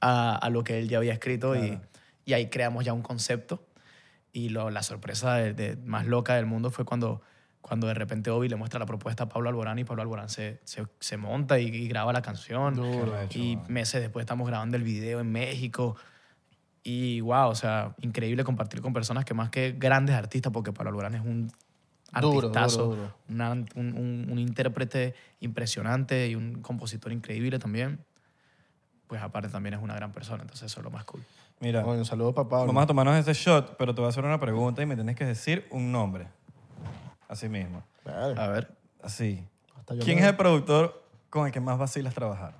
a, a lo que él ya había escrito y- y ahí creamos ya un concepto. Y lo- la sorpresa de- de- más loca del mundo fue cuando, cuando de repente Obi le muestra la propuesta a Pablo Alborán y Pablo Alborán se, se, se monta y, y graba la canción. y meses después estamos grabando el video en México. Y wow, o sea, increíble compartir con personas que más que grandes artistas, porque Pablo Alborán es un
Duro, duro,
artistazo,
duro.
una- un, un- un intérprete impresionante y un compositor increíble también. Pues aparte también es una gran persona, entonces eso es lo
(laughs)
más cool.
Mira,
Coño, un saludo para Pablo.
vamos a tomarnos ese shot, pero te voy a hacer una pregunta y me tienes que decir un nombre. Así mismo.
Vale,
A ver,
Así.
hasta yo
Ah, ¿Quién
me-
es el productor con el que más vacilas trabajar?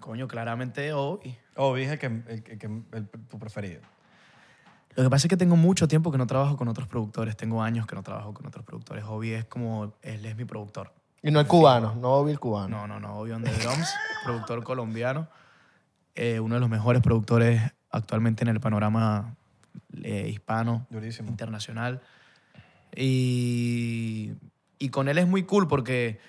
coño, claramente Obi.
O dije que, el, que- que- el- tu preferido.
Lo que pasa es que tengo mucho tiempo que no trabajo con otros productores, tengo años que no trabajo con otros productores. Obi es como, él es mi productor.
Y no el cubano, no vi el cubano.
No, no, no, Obi on the drums, (laughs) productor colombiano, eh, uno de los mejores productores actualmente en el panorama eh, hispano,
Durísimo.
internacional. Y, y con él es muy cool porque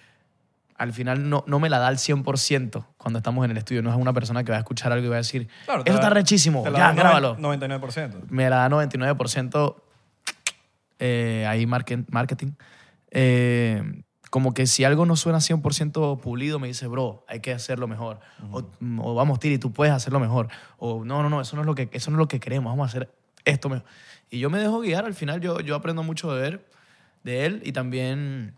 al final no, no me la da al 100% cuando estamos en el estudio. No es una persona que va a escuchar algo y va a decir,
Claro, te
eso
la-
está rechísimo,
te la
ya,
doy
grábalo.
99%.
me la da 99% eh, ahí marque- marketing. Eh, como que si algo no suena 100% pulido, me dice, bro, hay que hacerlo mejor. O- mm, o, vamos, Tiri, tú puedes hacerlo mejor. O no, no, no, eso no es lo que, eso no es lo que queremos, vamos a hacer esto mejor. Y yo me dejo guiar, al final yo, yo aprendo mucho de él, de él y también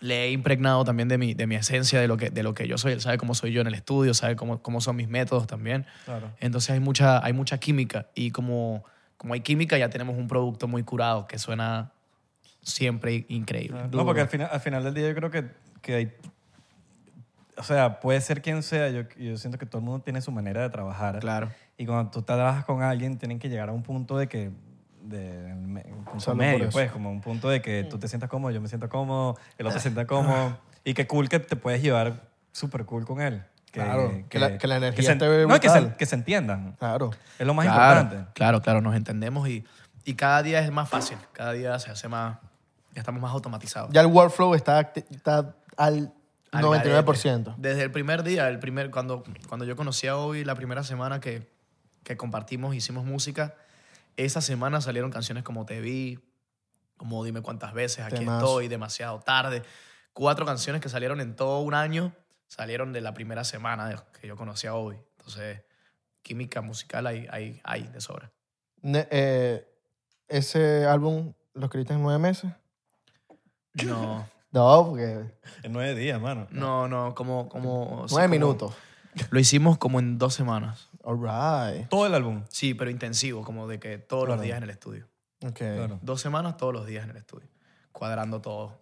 le he impregnado también de mi, de mi esencia, de lo, que, de lo que yo soy. Él sabe cómo soy yo en el estudio, sabe cómo, cómo son mis métodos también.
Claro.
Entonces hay mucha, hay mucha química y como, como hay química ya tenemos un producto muy curado que suena siempre i- increíble.
Ah, No, porque al final, al final del día yo creo que, que hay... O sea, puede ser quien sea, yo, yo siento que todo el mundo tiene su manera de trabajar.
Claro.
Y cuando tú trabajas con alguien, tienen que llegar a un punto de que. De, me- con su
Salud por
medio,
eso.
pues, como un punto de que tú te sientas cómodo, yo me siento cómodo, el otro se
Ah.
sienta cómodo. Y qué cool que te puedes llevar súper cool con él. Que,
Claro, que la- que la energía
se-
esté
No, que se,
brutal.
que se entiendan.
Claro.
Es lo más
claro,
importante.
Claro, claro, nos entendemos y, y cada día es más fácil, cada día se hace más, ya estamos más automatizados.
Ya el workflow está, acti- está al
Al
99%.
garete. Desde el primer día, el primer, cuando, cuando yo conocí a Obi, la primera semana que, que compartimos, hicimos música, esa semana salieron canciones como Te vi, como Dime cuántas veces, Aquí
Temazo.
estoy, Demasiado tarde. Cuatro canciones que salieron en todo un año, salieron de la primera semana de- que yo conocí a Obi. Entonces, química musical hay, hay, hay de sobra.
Ne- eh, ese álbum lo escribiste en nueve meses. (laughs)
No,
No, porque
En nueve días, mano.
no, no, como... como Pues sí,
nueve
como-
minutos.
Lo hicimos como en dos semanas.
All right.
Todo el álbum.
Sí, pero intensivo, como de que todos
Claro.
los días en el estudio.
Ok.
Claro.
Dos semanas todos los días en el estudio, cuadrando todo.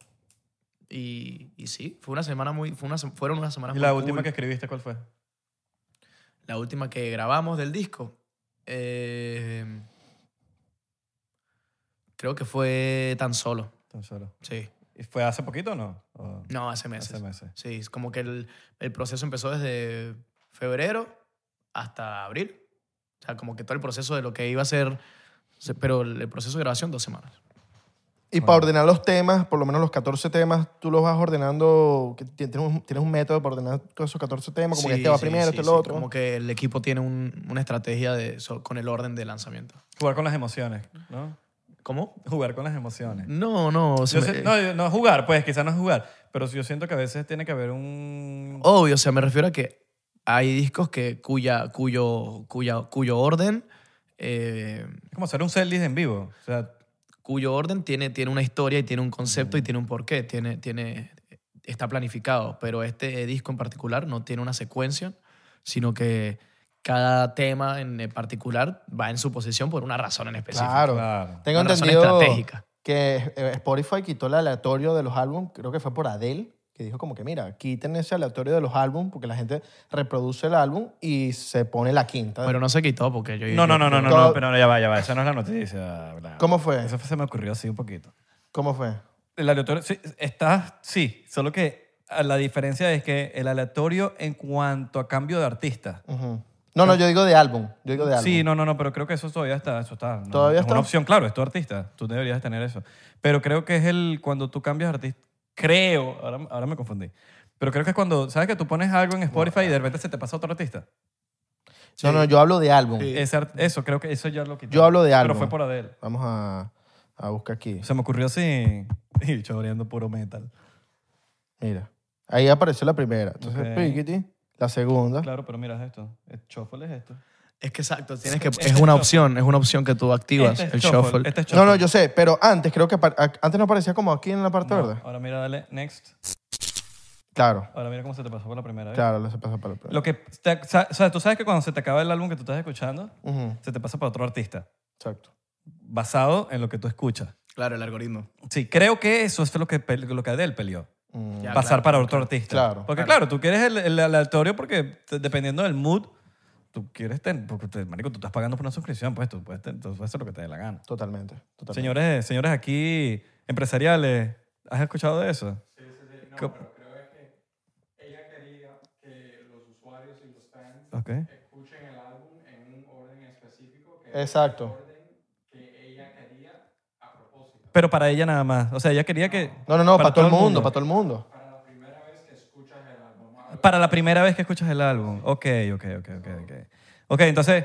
Y, y sí, fue una semana muy, fue una, se- fueron unas semanas
¿Y
muy
la
cool.
última que escribiste cuál fue?
La última que grabamos del disco, eh, creo que fue tan solo,
Tan solo.
sí.
¿Fue hace poquito o no? O-
No, hace meses.
Hace meses.
Sí, es como que el, el proceso empezó desde febrero hasta abril. O sea, como que todo el proceso de lo que iba a ser, se- pero el el proceso de grabación dos semanas.
Y para ordenar los temas, por lo menos los 14 temas, tú los vas ordenando, que ti- tienes un, tienes un método para ordenar todos esos 14 temas, como que
Sí,
este va
sí,
primero,
sí,
este
sí,
lo otro.
Como que el equipo tiene un- una estrategia de, so- con el orden de lanzamiento.
Jugar con las emociones, ¿no?
¿Cómo?
Jugar con las emociones.
No, no. se
Yo
me-
sé- no, yo- no jugar, pues quizás no es jugar, pero yo siento que a veces tiene que haber un...
Obvio, o sea, me refiero a que hay discos que cuya, cuyo, cuya, cuyo orden. eh,
Es como hacer un setlist en vivo. O sea,
cuyo orden tiene, tiene una historia y tiene un concepto y tiene un porqué, tiene, tiene, está planificado, pero este disco en particular no tiene una secuencia, sino que cada tema en particular va en su posición por una razón en específico.
Claro.
claro.
Tengo
Una razón
entendido
estratégica.
que eh, Spotify quitó el aleatorio de los álbumes, creo que fue por Adele, que dijo como que mira, quiten ese aleatorio de los álbumes porque la gente reproduce el álbum y se pone la quinta.
Pero no se quitó porque yo...
No, no, no, no, no,
Todo-
no, pero ya va, ya va. Esa no es la noticia. bla.
¿Cómo fue?
Eso se me ocurrió así un poquito.
¿Cómo fue?
El aleatorio, sí, está, sí, solo que la diferencia es que el aleatorio en cuanto a cambio de artista.
Ujú. No, no, yo digo de álbum. Yo digo de álbum.
Sí, no, no, no, pero creo que eso todavía está. Eso está no,
¿Todavía
es
está?
una opción, claro, es tu artista. Tú deberías tener eso. Pero creo que es el cuando tú cambias de artista. Creo, ahora, ahora me confundí. Pero creo que es cuando, ¿sabes que tú pones algo en Spotify y de repente se te pasa otro artista?
No, no, yo hablo de álbum.
Ese art- eso, creo que eso ya lo quité.
Yo hablo de álbum.
Pero fue por Adele.
Vamos a, a buscar aquí.
Se me ocurrió así. (laughs) Y choreando puro metal.
Mira. Ahí apareció la primera. Entonces,
Ok.
piquiti, la segunda.
Claro, pero mira es esto. El shuffle es esto.
Es que exacto, tienes que, este es una opción, es una opción que tú activas,
Este es
el shuffle.
Este es
No,
shuffle.
no, yo sé, pero antes creo que apar- a- antes no aparecía como aquí en la parte verde.
Ahora mira, dale next.
Claro,
Ahora mira cómo se te pasó por la primera vez.
claro, se pasa para la
Lo que, te- o sea, tú sabes que cuando se te acaba el álbum que tú estás escuchando,
Ujú,
se te pasa para otro artista,
Exacto.
basado en lo que tú escuchas.
Claro, el algoritmo.
Sí, creo que eso es lo que, pe- lo que Adele peleó.
Mm,
Ya,
pasar
claro.
para otro artista.
Claro.
Porque claro, tú quieres el, el aleatorio porque te- dependiendo del mood, tú quieres tener, porque te- marico, tú estás pagando por una suscripción, pues tú puedes, ten- tú puedes hacer lo que te dé la gana.
Totalmente. totalmente.
Señores, señores aquí, empresariales, ¿has escuchado de eso? Sí, sí, sí. No, creo que ella quería que los usuarios y los fans...
Exacto.
Pero para ella nada más. O sea, ella quería que...
No, no, no, para, todo el mundo, para todo el mundo.
Para la primera vez que escuchas el álbum. Ok, ok, ok, ok. Ok, Ok, entonces,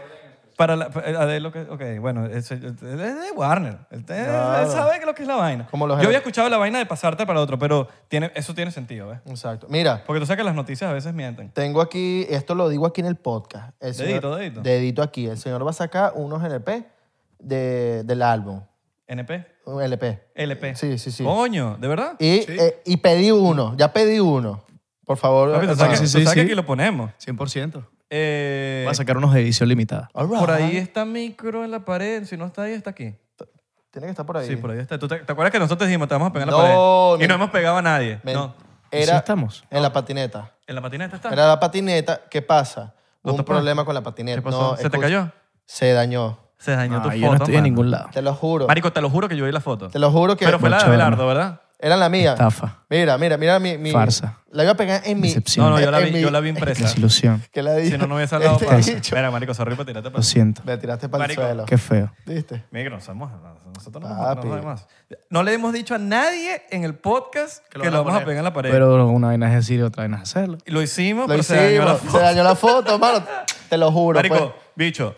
para la, pa- Adele lo que... Ok, bueno, es, es de Warner. Él, te-
Claro.
él sabe lo que es la vaina.
Como los-
Yo había escuchado la vaina de pasarte para otro, pero tiene, eso tiene sentido, ¿ves?
Exacto. Mira,
Porque tú sabes que las noticias a veces mienten.
tengo aquí, esto lo digo aquí en el podcast. El señor-
Dedito, dedito.
Dedito aquí. El señor va a sacar unos LP de, del álbum.
NP,
Un LP.
LP.
Sí, sí, sí.
Coño, ¿de verdad?
Y, eh, y pedí uno, ya pedí uno. Por favor.
Papi, tú
hermano.
sabes, que-
sí,
tú
sí,
sabes que
sí.
aquí lo ponemos.
100%.
Eh,
Va a sacar unos de edición limitada.
All right.
por ahí está micro en la pared. Si no está ahí, está aquí.
Tiene que estar por ahí.
Sí, por ahí está. ¿Tú te, te acuerdas que nosotros dijimos, te vamos a pegar en
No,
la pared?
men-
Y no hemos pegado a nadie.
Men,
No.
Era
Sí estamos.
en la patineta.
¿En la patineta está?
Era la patineta. ¿Qué pasa?
¿No
Hubo un
te puedes?
problema con la patineta.
¿Qué pasó?
No,
¿Se te
escucha,
cayó?
Se dañó.
Se dañó tu
Ah,
foto.
yo no estoy en
mano.
ningún lado.
Te lo juro.
Marico, te lo juro que yo vi la foto.
Te lo juro que
Pero fue la de
Mucho
Abelardo, ¿verdad?
era la mía.
Estafa.
Mira, mira, mira mi, mi-
Farsa.
La iba a pegar en mi
Decepción.
No, no, yo la
en
vi,
mi-
yo la vi impresa. Si
Desilusión.
que la dije.
no, no hubiese
(laughs)
hablado
Este
para
bicho.
Mira, marico, sorry para tirarte
Lo
para...
siento.
Me tiraste para el
Marico.
suelo.
Qué feo.
¿Viste?
Mira, no somos... Nosotros no
Papi.
somos no más. No le hemos dicho a nadie en el podcast que lo, vamos a pegar en la pared.
Pero una vaina es decir y otra vaina es hacerlo.
Y lo hicimos,
Lo
pero
hicimos.
se dañó la foto.
foto, mano. Te lo juro. pues.
Marico, bicho,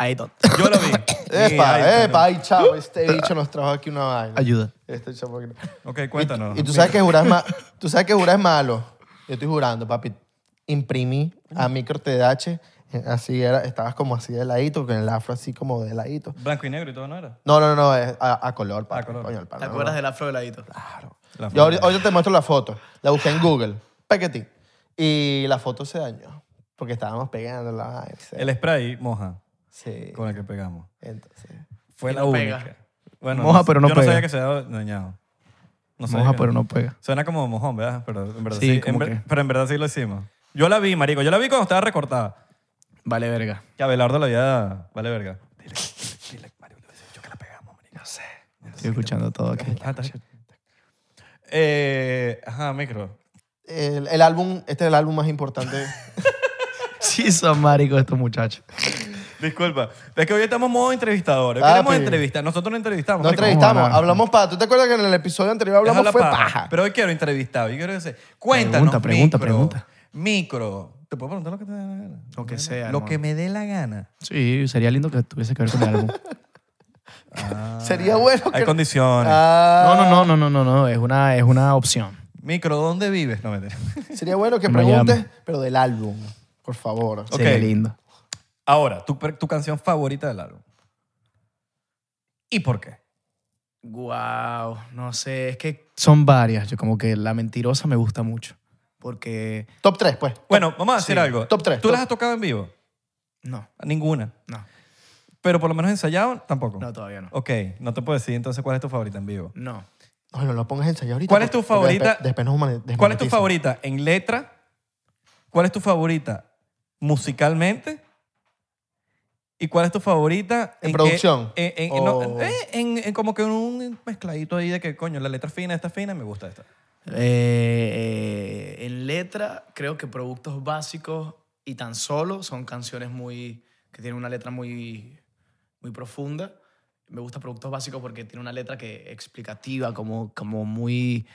Ahí todo.
yo lo vi.
Epa,
Y ahí-
epa, ay, chavo, este bicho nos trajo aquí una vaina.
(laughs) Ayuda.
Este chavo aquí.
Ok, cuéntanos.
Y tú sabes que jurar es, ma- tú sabes que jurar es malo. Yo estoy jurando, papi. Imprimí a micro TDH, eh, así era, estabas como así de ladito, con el afro así como de ladito.
Blanco y negro y todo, ¿no era?
No, no, no, es a, a color, papi.
color.
Coño, el palo,
¿Te
no,
acuerdas
no.
del afro veladito?
La
Yo ahorita, ahorita te muestro la foto. La busqué en Google. Pequetí. Y la foto se dañó. Porque estábamos pegándola. ay, sí.
El spray moja
Sí.
con el que pegamos.
Entonces.
Fue
Y
la
no
única.
pega.
Bueno,
Moja,
sé-
pero no
yo
pega.
no sabía que se había dañado. No sabía
Moja,
que-
pero no pega.
Suena como mojón, ¿verdad? Pero en verdad
Sí,
sí,
como
en ver-
que-
pero en verdad sí lo hicimos. Yo la vi, marico. Yo la vi cuando estaba recortada.
Vale, verga.
Que Abelardo la había... Vale, verga. Dile, dile, Mario, le hubiese dicho que la pegamos, marico. No sé.
(laughs) Estoy escuchando todo aquí.
Ah, está- Eh, ajá, micro.
El, el álbum, este es el álbum más
(laughs)
importante.
Sí, son maricos estos muchachos.
Disculpa. Es que hoy estamos en modo entrevistador. Hoy queremos
Papi.
entrevistar. Nosotros no entrevistamos.
No
marico.
entrevistamos,
cómo no.
hablamos paja. ¿Tú te acuerdas que en el episodio anterior
Deja
hablamos
la
fue
paja.
paja?
Pero hoy quiero entrevistado. Yo quiero que se... Cuéntanos.
Pregunta, pregunta,
micro,
pregunta.
Micro. ¿Te puedo preguntar lo que te dé la gana?
Lo que sea,
Lo
¿no?
que me dé la gana.
Sí, sería lindo que tuviese que ver con el álbum.
(laughs) Sería bueno que...
Hay condiciones.
Ah,
No, no, no, no, no, no, no. Es una, es una opción.
Micro, ¿dónde vives? No me
Sería bueno que
No llame.
preguntes, pero del álbum, por favor.
Ok.
Sería lindo.
Ahora, tu, per- tu canción favorita del álbum. ¿Y por qué?
Wow, no sé, es que son varias. Yo como que la mentirosa me gusta mucho. Porque
Top 3, pues.
Bueno, vamos a decir algo.
Top tres,
¿Tú
top-
las has tocado en vivo?
no,
Ninguna.
no,
Pero por lo menos ensayado, tampoco.
no, todavía no.
Ok, no te puedo decir entonces cuál es tu favorita en vivo.
No.
No, no lo pongas en ensayar ahorita.
¿Cuál es tu
porque despe-
favorita?
después nos humani-
¿Cuál es tu
desmonetizan.
favorita en letra? ¿Cuál es tu favorita musicalmente? ¿Y cuál es tu favorita
¿En
que-
producción?
en, en- no,
O-
eh, en- en como que un mezcladito ahí de que, coño, la letra fina, esta fina, me gusta esta.
Eh, eh, en letra, creo que productos básicos y tan solo son canciones muy que tienen una letra muy, muy profunda. Me gusta productos básicos porque tiene una letra que explicativa, como, como muy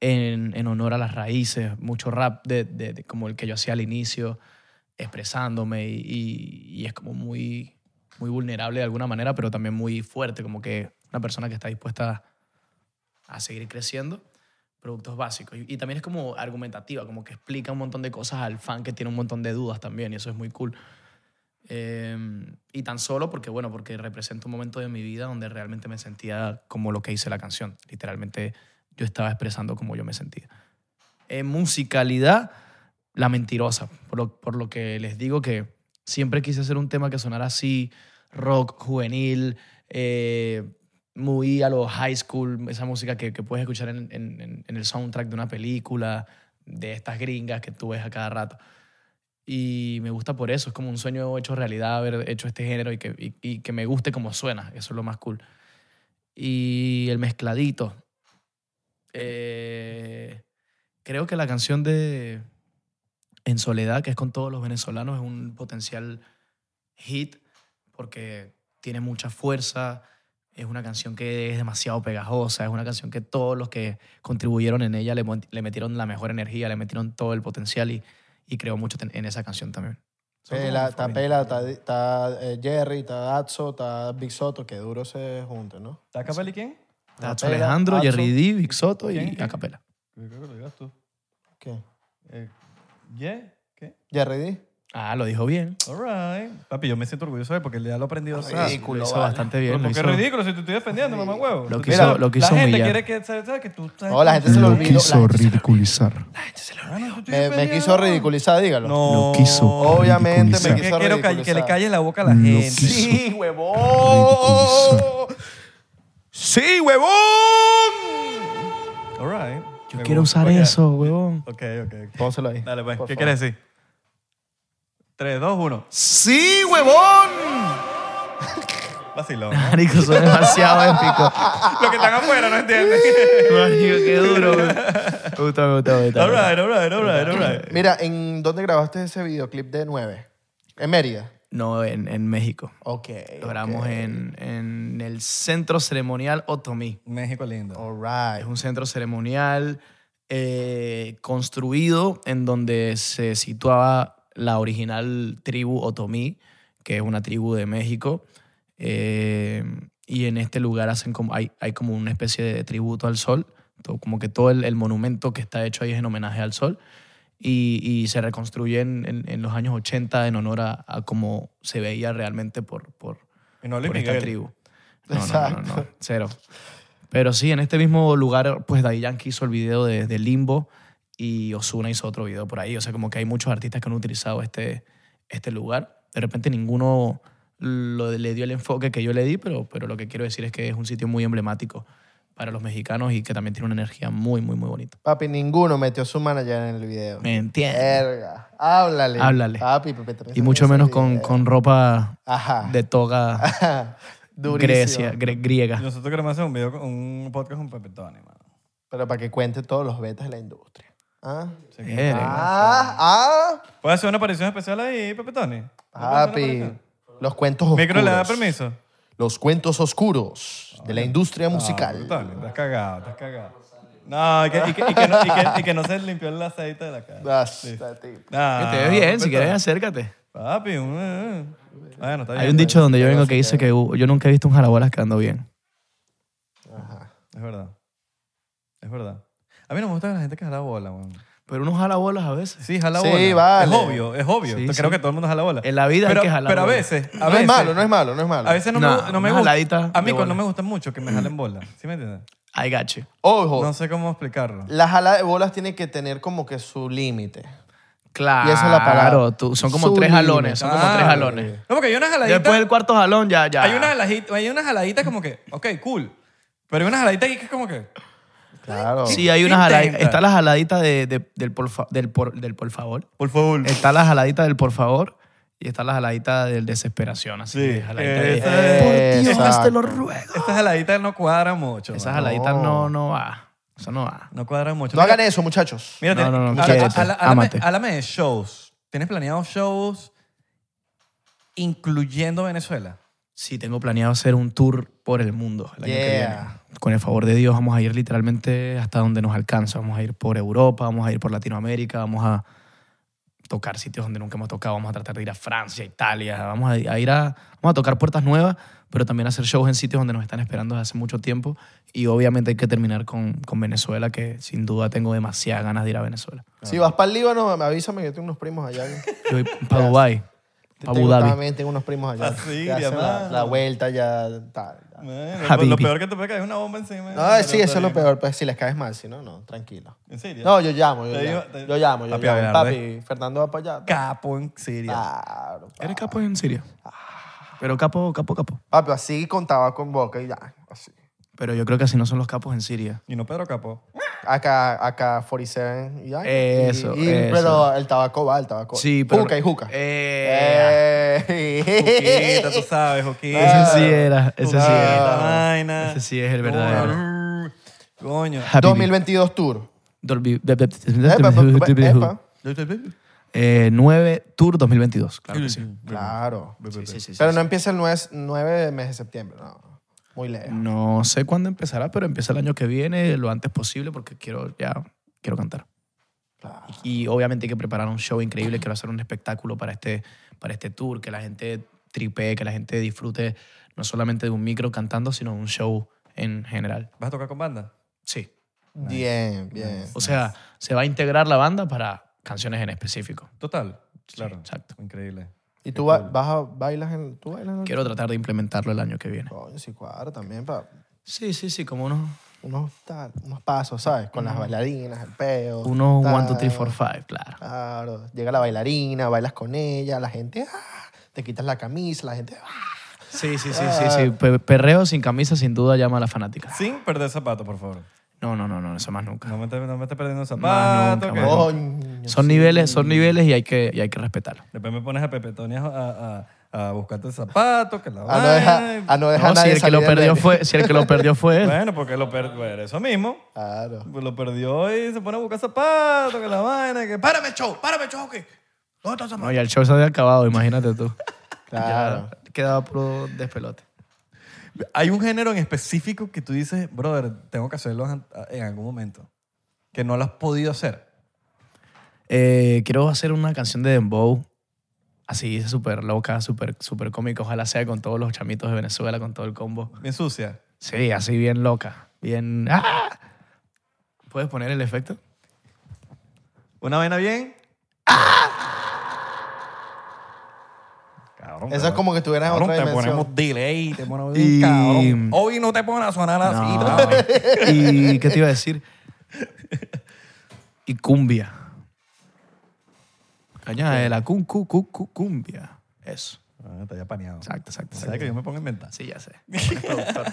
en, en honor a las raíces, mucho rap de, de- de como el que yo hacía al inicio, expresándome y, y- y es como muy, muy vulnerable de alguna manera, pero también muy fuerte, como que una persona que está dispuesta a seguir creciendo productos básicos. Y, y también es como argumentativa, como que explica un montón de cosas al fan que tiene un montón de dudas también, y eso es muy cool. Eh, y tan solo porque, bueno, porque representa un momento de mi vida donde realmente me sentía como lo que hice la canción. Literalmente yo estaba expresando como yo me sentía. En musicalidad, la mentirosa, por lo, por lo que les digo que siempre quise hacer un tema que sonara así, rock, juvenil, eh, muy a los high school, esa música que, que puedes escuchar en, en- en- en el soundtrack de una película, de estas gringas que tú ves a cada rato. Y me gusta por eso, es como un sueño hecho realidad haber hecho este género y que, y- y que me guste como suena, eso es lo más cool. Y el mezcladito. Eh, creo que la canción de En Soledad, que es con todos los venezolanos, es un potencial hit porque tiene mucha fuerza, es una canción que es demasiado pegajosa, es una canción que todos los que contribuyeron en ella le, mon- le metieron la mejor energía, le metieron todo el potencial y, y creo mucho ten- en esa canción también. Son como
Pela,
mis
está
favoritas.
Pela, está, está, eh, Jerry, está Atso, está Big Soto, que duro se juntan, ¿no?
¿Está Capelli quién?
Está Nacho
Pela,
Alejandro,
Atso.
Jerry D, Big Soto
¿Quién?
y
¿Quién?
Acapela.
Yo creo que lo digas tú.
¿Qué?
Eh, yeah, ¿qué?
Jerry D.
Ah, lo dijo bien.
All right. Papi, yo me siento orgulloso de él porque ya lo he aprendido.
Ay,
¿sabes?
Ridículo,
lo hizo
vale.
bastante bien.
Pero
lo
porque
hizo-
es ridículo si te estoy defendiendo, mamá huevo.
Lo
Tú-
que hizo- lo que hizo
La gente quiere
humillar.
que, ¿sabes? ¿sabes? que tú...
No, la gente se lo olvidó. la gente se-
ridiculizar.
Ah, no, yo estoy
me, me
defendiendo.
quiso ridiculizar, dígalo.
No.
Lo quiso
Obviamente me
Que,
ridiculizar.
quiso
quiero
ridiculizar.
call- que le calle la boca a la
Lo
gente.
quiso.
Sí, huevón.
¡Sí, huevón!
All right.
Yo
Me
quiero
gusta.
usar
Ok.
eso, huevón.
Ok, ok.
Pónselo ahí.
Dale, pues.
por
¿Qué
favor.
quieres decir? 3, 2, 1.
¡Sí, huevón!
Vacilón.
Marico, son
(laughs)
demasiado épico.
Lo que están afuera,
(laughs)
¿no entienden?
Marico, qué duro, güey. Me gusta, me gusta, me gusta.
All right, all right, all right, all right.
Mira, ¿en dónde grabaste ese videoclip de 9? En Mérida.
No, en, en México.
Ok.
Lo grabamos
ok.
en, en el Centro Ceremonial Otomí.
México lindo.
All
Es
right.
un centro ceremonial eh, construido en donde se situaba la original tribu Otomí, que es una tribu de México. Eh, y en este lugar hacen como, hay, hay como una especie de tributo al sol, to- como que todo el, el monumento que está hecho ahí es en homenaje al sol. Y, y se reconstruye en, en- en los años 80 en honor a, a cómo se veía realmente por, por,
Y no Luis
por esta
Miguel.
tribu. No, no,
Exacto.
No, no, no, cero. Pero sí, en este mismo lugar, pues Daddy Yankee hizo el video de, de Limbo y Osuna hizo otro video por ahí. O sea, como que hay muchos artistas que han utilizado este, este lugar. De repente ninguno lo- le dio el enfoque que yo le di, pero, pero lo que quiero decir es que es un sitio muy emblemático para los mexicanos y que también tiene una energía muy, muy, muy bonita.
Papi, ninguno metió su manager en el video.
¿Me entiendes?
Verga. Háblale.
Háblale.
Papi, Pepe, Teresa,
Y mucho
ese
menos con,
video.
con ropa
Ajá.
de toga
Ajá. (laughs) Ah, Durísimo.
Grecia, gre- griega.
Nosotros queremos hacer un video, con- un podcast con Pepe Tony, mano.
Pero para que cuente todos los betas de la industria. ¿Ah?
Verga.
Ah, ah,
¿Puedes hacer una aparición especial ahí, Pepe Tony?
papi. Los cuentos oscuros.
Micro le da permiso. Ah,
Los cuentos oscuros de la industria musical.
Tony, estás cagado, estás cagado. No, y que, y, que, y, que no y, que, y que no se limpió el aceite de la cara.
Basta, tío.
Nah,
Te ves bien, si
Pepe
quieres acércate.
Papi, un- eh, eh. bueno, está bien.
Hay un dicho donde yo vengo que dice que uh, yo nunca he visto un jarabolas quedando bien.
Es verdad. Es verdad. A mí no me gusta la gente que jala bola, man.
Pero unos jalabolas a veces.
Sí, jala
Sí,
bola.
vale.
Es obvio, es obvio.
Sí,
Yo
sí.
Creo que todo el mundo jala bola.
En la vida hay
pero,
que jalar
Pero a
bola.
veces, a
No
veces.
es malo, no es malo, no es malo.
A veces no,
Nah,
me, no me
una
gusta.
jaladita
A mí
de
con-
bola.
no me gusta mucho que me jalen bola. ¿Sí me entiendes?
Hay gache.
Ojo,
No sé cómo explicarlo.
la jala de bolas tiene que tener como que su límite.
Claro.
Y esa es la palabra.
tú- son como
Su
tres
límite.
jalones. Son como
Ah,
tres jalones.
No, porque hay unas jaladitas.
Después del cuarto jalón ya, ya.
hay, unas jaladitas hay unas jaladitas como que, ok, cool. Pero hay unas jaladitas que es como que.
Claro.
Sí, hay unas jaladitas.
Intenta.
Está la jaladita de- de- del, por fa- del, por, del por favor.
Por favor.
Está la jaladita del por favor. Y está la jaladita del desesperación. Así
Sí,
que jaladita de-
esa
es-
por Dios,
Exacto.
te lo ruego.
Estas jaladitas no cuadran mucho.
Esa
man.
jaladita no,
No.
no va. Eso no va.
No cuadran mucho.
No
Mira-
hagan eso, muchachos.
Mírate,
No, no, no,
habla-
muchachos,
habla- háblame-
ámate.
háblame de shows. ¿Tienes planeados shows incluyendo Venezuela?
Sí, tengo planeado hacer un tour por el mundo el año que viene.
Yeah.
Con el favor de Dios vamos a ir literalmente hasta donde nos alcanza. Vamos a ir por Europa, vamos a ir por Latinoamérica, vamos a tocar sitios donde nunca hemos tocado, vamos a tratar de ir a Francia, Italia, vamos a, a ir a, vamos a tocar puertas nuevas, pero también hacer shows en sitios donde nos están esperando desde hace mucho tiempo y obviamente hay que terminar con, con Venezuela, que sin duda tengo demasiadas ganas de ir a Venezuela.
Si vas para el Líbano, me- avísame, yo tengo unos primos
(laughs)
allá.
Yo voy para Dubái, para Abu
Tengo-
Dhabi.
También tengo unos primos allá.
Ah, sí,
que hacen la,
diamante.
la vuelta ya. tal, ya.
Man, lo,
Habibi.
lo peor que te puede caer es una bomba encima.
No, eh, sí, eso es lo peor. Pues si les caes mal, si no, no, tranquilo.
¿En serio?
No, yo llamo, yo
Te
llamo.
digo- te-
Yo llamo, yo
Papi,
llamo.
Abelardo,
Papi, Fernando va para allá.
Capo en Siria.
Ah. Claro. pa-
¿Eres capo en Siria? Pero capo, capo, capo.
Papi, así contaba con boca y ya, así.
Pero yo creo que así no son los capos en Siria.
Y no
(laughs)
Pedro Capo.
Acá, acá 47 y ya.
Eso,
Y- y-
eso.
Pero el tabaco va, el tabaco.
Sí, pero-
Juca y juca.
Eh,
Eh.
Juquita, tú
(laughs)
sabes, Joquita.
Ese sí era, ese sí era.
vaina.
Ese sí es el verdadero.
Coño. Coño.
Happy
2022 Tour.
Dolby- de- de- de- de-
Epa,
(laughs) de- de-
epa.
Eh, 9 Tour 2022, claro que sí.
Mm. Claro.
Sí, sí, sí, sí,
Pero
sí.
no empieza el 9, 9 de mes de septiembre, no. Muy lejos.
Eh, No sé cuándo empezará, pero empieza el año que viene, lo antes posible, porque quiero ya quiero cantar. Y obviamente hay que preparar un show increíble, quiero hacer un espectáculo para este, para este tour, que la gente tripee, que la gente disfrute no solamente de un micro cantando, sino de un show en general.
¿Vas a tocar con banda?
Sí.
Bien, bien.
O sea, se va a integrar la banda para canciones en específico.
Total. Claro.
exacto.
Increíble.
¿Y tú ba- vas a, bailas en tú bailas en el
Quiero tratar de implementarlo el año que viene.
Coño, sí, cuadra también para
Sí, sí, sí, como unos,
unos, tal- unos pasos, ¿sabes? Con las bailarinas, el peo.
unos
tal.
1, 2, 3, 4, 5, claro.
Claro. Llega la bailarina, bailas con ella, la gente, ah, te quitas la camisa, la gente, ah.
Sí, sí, sí, sí, sí. Pe- Perreo sin camisa sin duda llama a la fanática.
Sin perder zapato, por favor.
No, no, no, no, eso más nunca.
No me estés no me estés perdiendo
Más
zapato.
nunca,
que-
más nunca.
coño.
Son niveles, son niveles y hay que, y hay que respetarlo.
Después me pones a Pepe Tony a, a, a- a buscarte el zapato, que la
A no dejar
vaina.
a, no dejar
No,
a
si
nadie
el que lo
salir del
perdió
baile.
fue, si el que lo perdió (laughs) fue él.
Bueno, porque lo perdió. Eso mismo.
Claro.
Pues lo perdió y se pone a buscar zapato, que la vaina. Que, ¡Párame el show! ¡Párame el show! ¿qué? ¿Dónde está el zapato?
No, ya el show se había acabado, imagínate tú.
Claro.
Ya quedaba puro despelote.
Hay un género en específico que tú dices, brother, tengo que hacerlo an- en algún momento. Que no lo has podido hacer.
Eh, quiero hacer una canción de Dembow. Así, súper loca, súper súper cómica. Ojalá sea con todos los chamitos de Venezuela, con todo el combo.
Bien sucia.
Sí, así bien loca. Bien. ¡Ah! ¿Puedes poner el efecto?
Una vaina bien. ¡Ah! Cabrón,
Eso es como que estuvieras en
cabrón,
otra
te
dimensión.
ponemos delay, te ponemos
Y-
cabrón. Hoy no te ponen a sonar así.
No.
cabrón.
(laughs) ¿Y qué te iba a decir? Y cumbia. Caña de la cum, cu, cu, cu- cumbia. Eso.
Ah, está ya paneado.
Exacto, exacto.
O sea,
exacto.
que yo me pongo a inventar.
Sí, ya sé. Eres productor.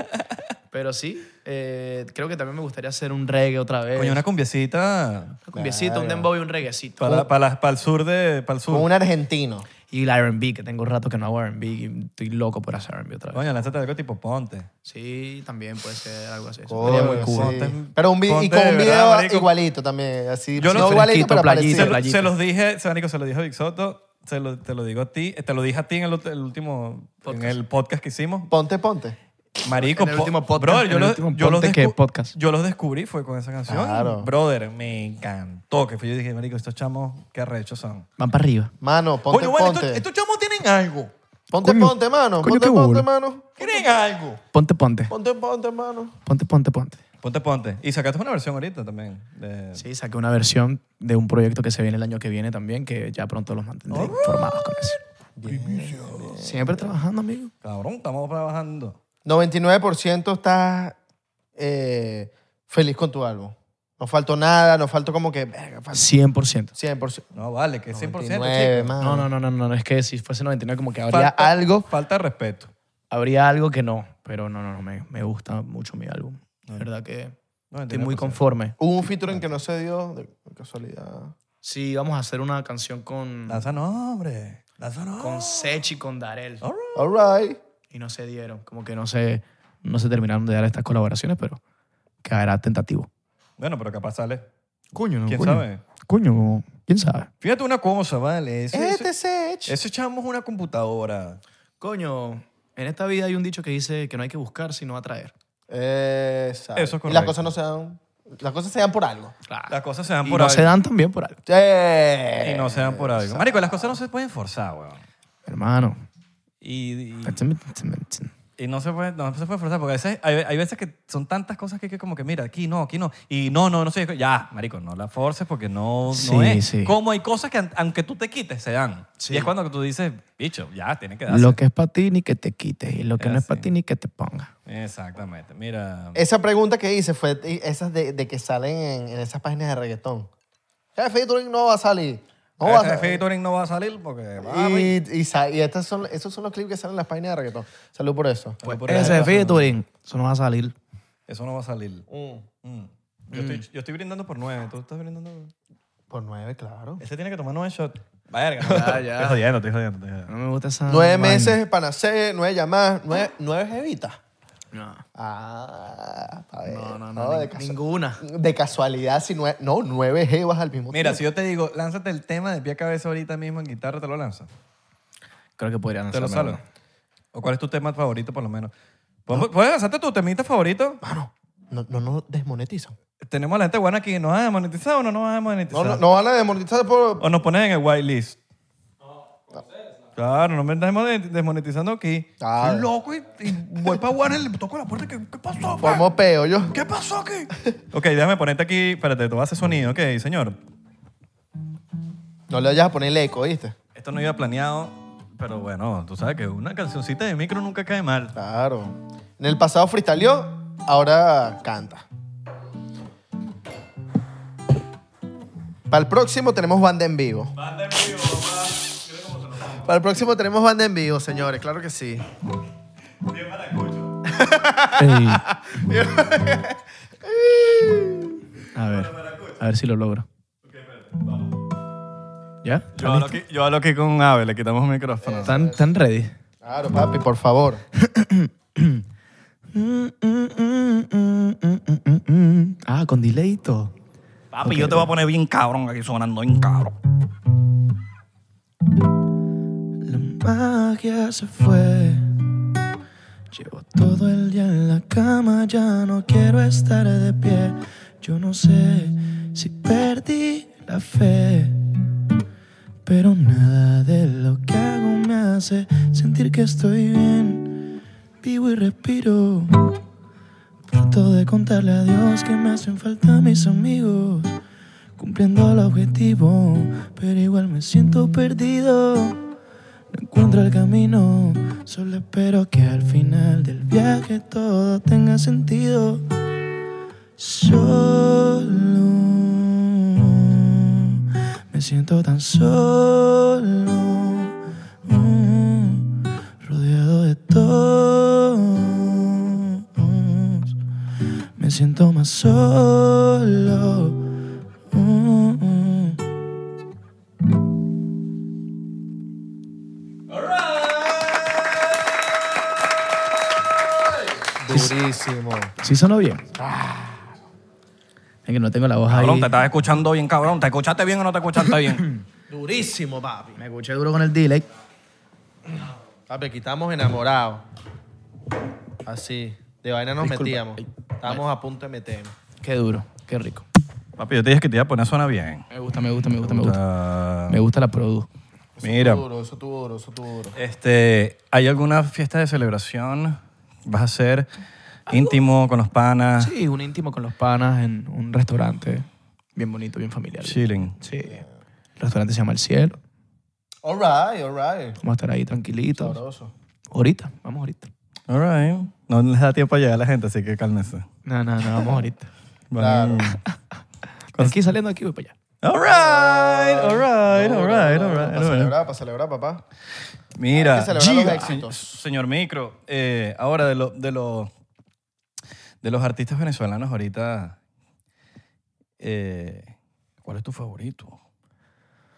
Pero sí, eh, creo que también me gustaría hacer un reggae otra vez.
Coño, una cumbiecita
Una cumbiecita, un dembow y un reggaecito.
para, para, para el sur de. Para el sur.
Con un argentino.
Y el R&B, que tengo rato que no hago R&B y estoy loco por hacer R&B otra vez.
Coño, lánzate algo tipo ponte.
Sí, también puede ser algo así. Eso
Coño,
sería muy cool.
sí.
Ponte-
Pero un vi- y
ponte
con
de
un
verdad,
video
marico.
igualito también. Así,
Yo lo-
no igualito,
Fresquito,
pero
playita,
parecido.
playita.
Se los dije, Sebanico, se los dije a Vic Soto, se lo- te lo digo a ti, eh, te lo dije a ti en el, ult- el último, en el podcast que hicimos.
Ponte, ponte.
Marico,
En el
po-
último podcast,
brother,
en
yo,
el
los-
último
yo los
podcast que
descu-
podcast.
yo los descubrí fue con esa canción.
Claro.
Brother, me encantó. Que fui yo dije, marico, estos chamos, qué arrechos son.
Van para arriba.
Mano, ponte,
Coño, bueno,
ponte.
estos, estos chamos tienen algo.
Ponte, ponte, mano.
coño,
ponte,
qué
ponte,
bola.
mano.
Tienen algo.
Ponte, ponte.
Ponte, ponte, mano.
Ponte, ponte, ponte.
Ponte, ponte. Y sacaste una versión ahorita también. de-
Sí, saqué una versión de un proyecto que se viene el año que viene también, que ya pronto los mantendré informados con eso. Siempre trabajando, amigo.
Cabrón, estamos trabajando.
99% estás eh, feliz con tu álbum. No faltó nada, no faltó como que... verga, faltó
100%.
100%.
No, vale, que 100%.
99,
chico.
mano.
No, no, no, no, no, no, es que si fuese 99 como que habría
Falta-
algo,
Falta de respeto.
habría algo que no, pero no, no, no, me, me gusta mucho mi álbum. La verdad que estoy muy
99%.
conforme.
Hubo un featuring que no se dio de casualidad.
Sí, vamos a hacer una canción con,
Lanza nombre. Lanza nombre.
con Sech y con Darel.
Oh.
All right.
Y no se dieron, como que no se, no se terminaron de dar estas colaboraciones, pero quedará tentativo.
Bueno, pero capaz sale.
Coño, no,
¿Quién
coño.
sabe?
Coño, quién sabe.
Fíjate una cosa, vale. Eso,
Este
eso,
Sech.
eso echamos una computadora.
Coño, en esta vida hay un dicho que dice que no hay que buscar, sino atraer.
Exacto.
Eso es
y las
correcto.
cosas no se dan... Las cosas se dan por algo.
Claro.
Las cosas se dan
y
por
no
algo.
se dan también por algo.
Eh.
Y no se dan por algo. Marico, las cosas no se pueden forzar, weón.
Hermano.
Y, y- y no, se puede, no se puede forzar porque a veces, hay, hay veces que son tantas cosas que, que como que mira, aquí no, aquí no. Y no, no, no sé. Ya, marico, no la forces porque no, no
Sí,
es.
sí.
Como hay cosas que an- aunque tú te quites, se dan.
Sí.
Y es cuando tú dices, bicho, ya, tiene que darse.
Lo que es para ti ni que te quites y lo que
Es
no es para
así.
ti ni que te ponga.
Exactamente. Mira,
Esa pregunta que hice fue de- esas de, de que salen en, en esas páginas de reggaetón. El featuring no va a salir. No va a
Ah, ese
salir.
featuring no va a salir porque... papi,
Y, y, sa- y estas son, esos son los clips que salen en las páginas de reggaetón. Salud por eso.
Pues por
Ese
ejemplo,
featuring, eso no va a salir.
Eso no va a salir. Mm. Yo, estoy, yo estoy brindando por nueve. Tú estás brindando por...
Por nueve, claro.
Ese tiene que tomar nueve shots. Verga.
Ya, ya.
Estoy jodiendo, estoy jodiendo, estoy jodiendo.
No me gusta esa.
Nueve
vaina.
meses para nacer, nueve llamadas, nueve,
Ah.
nueve jevitas.
No,
Ah, a ver.
no, no. no,
de,
ni-
casu-
ninguna.
de casualidad, si nueve, no, nueve jevas al mismo
Mira,
tiempo.
si yo te digo, lánzate el tema de pie a cabeza ahorita mismo en guitarra, te lo lanzas.
Creo que podrían
Te lo
hacerlo,
salgo. ¿O cuál es tu tema favorito, por lo menos? ¿Podemos- ¿Puedes lanzarte tu temita favorito?
Mano, no, no nos desmonetizan.
Tenemos a la gente buena aquí. ¿Nos ha monetizado o no nos ha
No,
monetizado?
no, no van a desmonetizar por...
¿O nos pones en el whitelist? Claro, no me estás desmonet- desmonetizando aquí.
Ah.
Soy loco y, y voy para Warner y le toco la puerta. ¿Qué, qué pasó?
Por
Ah.
man?
mopeo, yo.
¿Qué pasó aquí? (laughs) ok, déjame ponerte aquí. Espérate, tú haces sonido. Ok, señor.
No le vayas a poner el eco, ¿viste?
Esto no iba planeado, pero bueno, tú sabes que una cancioncita de micro nunca cae mal.
Claro. En el pasado freestyleó, ahora canta. Para el próximo tenemos banda en vivo. Banda en vivo, Para el próximo tenemos banda en vivo, señores, claro que sí.
(laughs)
Ey. a ver, a ver si lo logro. ¿Ya?
Yo hablo, aquí, yo hablo aquí con Ave, le quitamos el micrófono.
¿Están, están ready?
Claro, papi, por favor.
Ah, con delayito.
Papi, yo te voy a poner bien cabrón aquí sonando bien cabrón.
La magia se fue. Llevo todo el día en la cama, ya no quiero estar de pie. Yo no sé si perdí la fe, pero nada de lo que hago me hace sentir que estoy bien. Vivo y respiro. Trato de contarle a Dios que me hacen falta mis amigos, cumpliendo el objetivo, pero igual me siento perdido. No encuentro el camino, solo espero que al final del viaje todo tenga sentido. Solo me siento tan solo, mm, rodeado de todos. Me siento más solo. mm, mm.
Durísimo.
Sí sonó bien. Es que no tengo la voz ahí.
Cabrón, te estás escuchando bien, cabrón. ¿Te escuchaste bien o no te escuchaste bien?
Durísimo, papi.
Me escuché duro con el delay.
Papi, aquí estamos enamorados. Así. De vaina nos
Disculpa.
metíamos.
Ay.
Estábamos a punto de meternos.
Qué duro, qué rico.
(coughs) Papi, yo te dije que te iba a poner zona bien.
Me gusta, me gusta, me gusta, me gusta. Me gusta la produ.
Mira,
Duro, eso estuvo duro, eso estuvo duro.
este, ¿hay alguna fiesta de celebración? ¿Vas a ser íntimo con los panas?
Sí, un íntimo con los panas en un restaurante bien bonito, bien familiar.
Chilling.
Sí. El restaurante se llama El Cielo.
All right, all right.
Vamos a estar ahí tranquilitos.
Sabroso.
Ahorita, vamos ahorita.
All right. No les da tiempo a llegar a la gente, así que cálmense.
No, no, no, vamos (laughs) ahorita.
Van-
Aquí saliendo aquí voy para allá.
All right, all
Ah,
right, all right, all right, all
Para
right.
celebrar, para celebrar, papá.
Mira,
Hay que celebrar los
Giga.
éxitos.
Se- señor Micro, eh, ahora de, lo- de, lo- de los artistas venezolanos ahorita, eh, ¿cuál es tu favorito?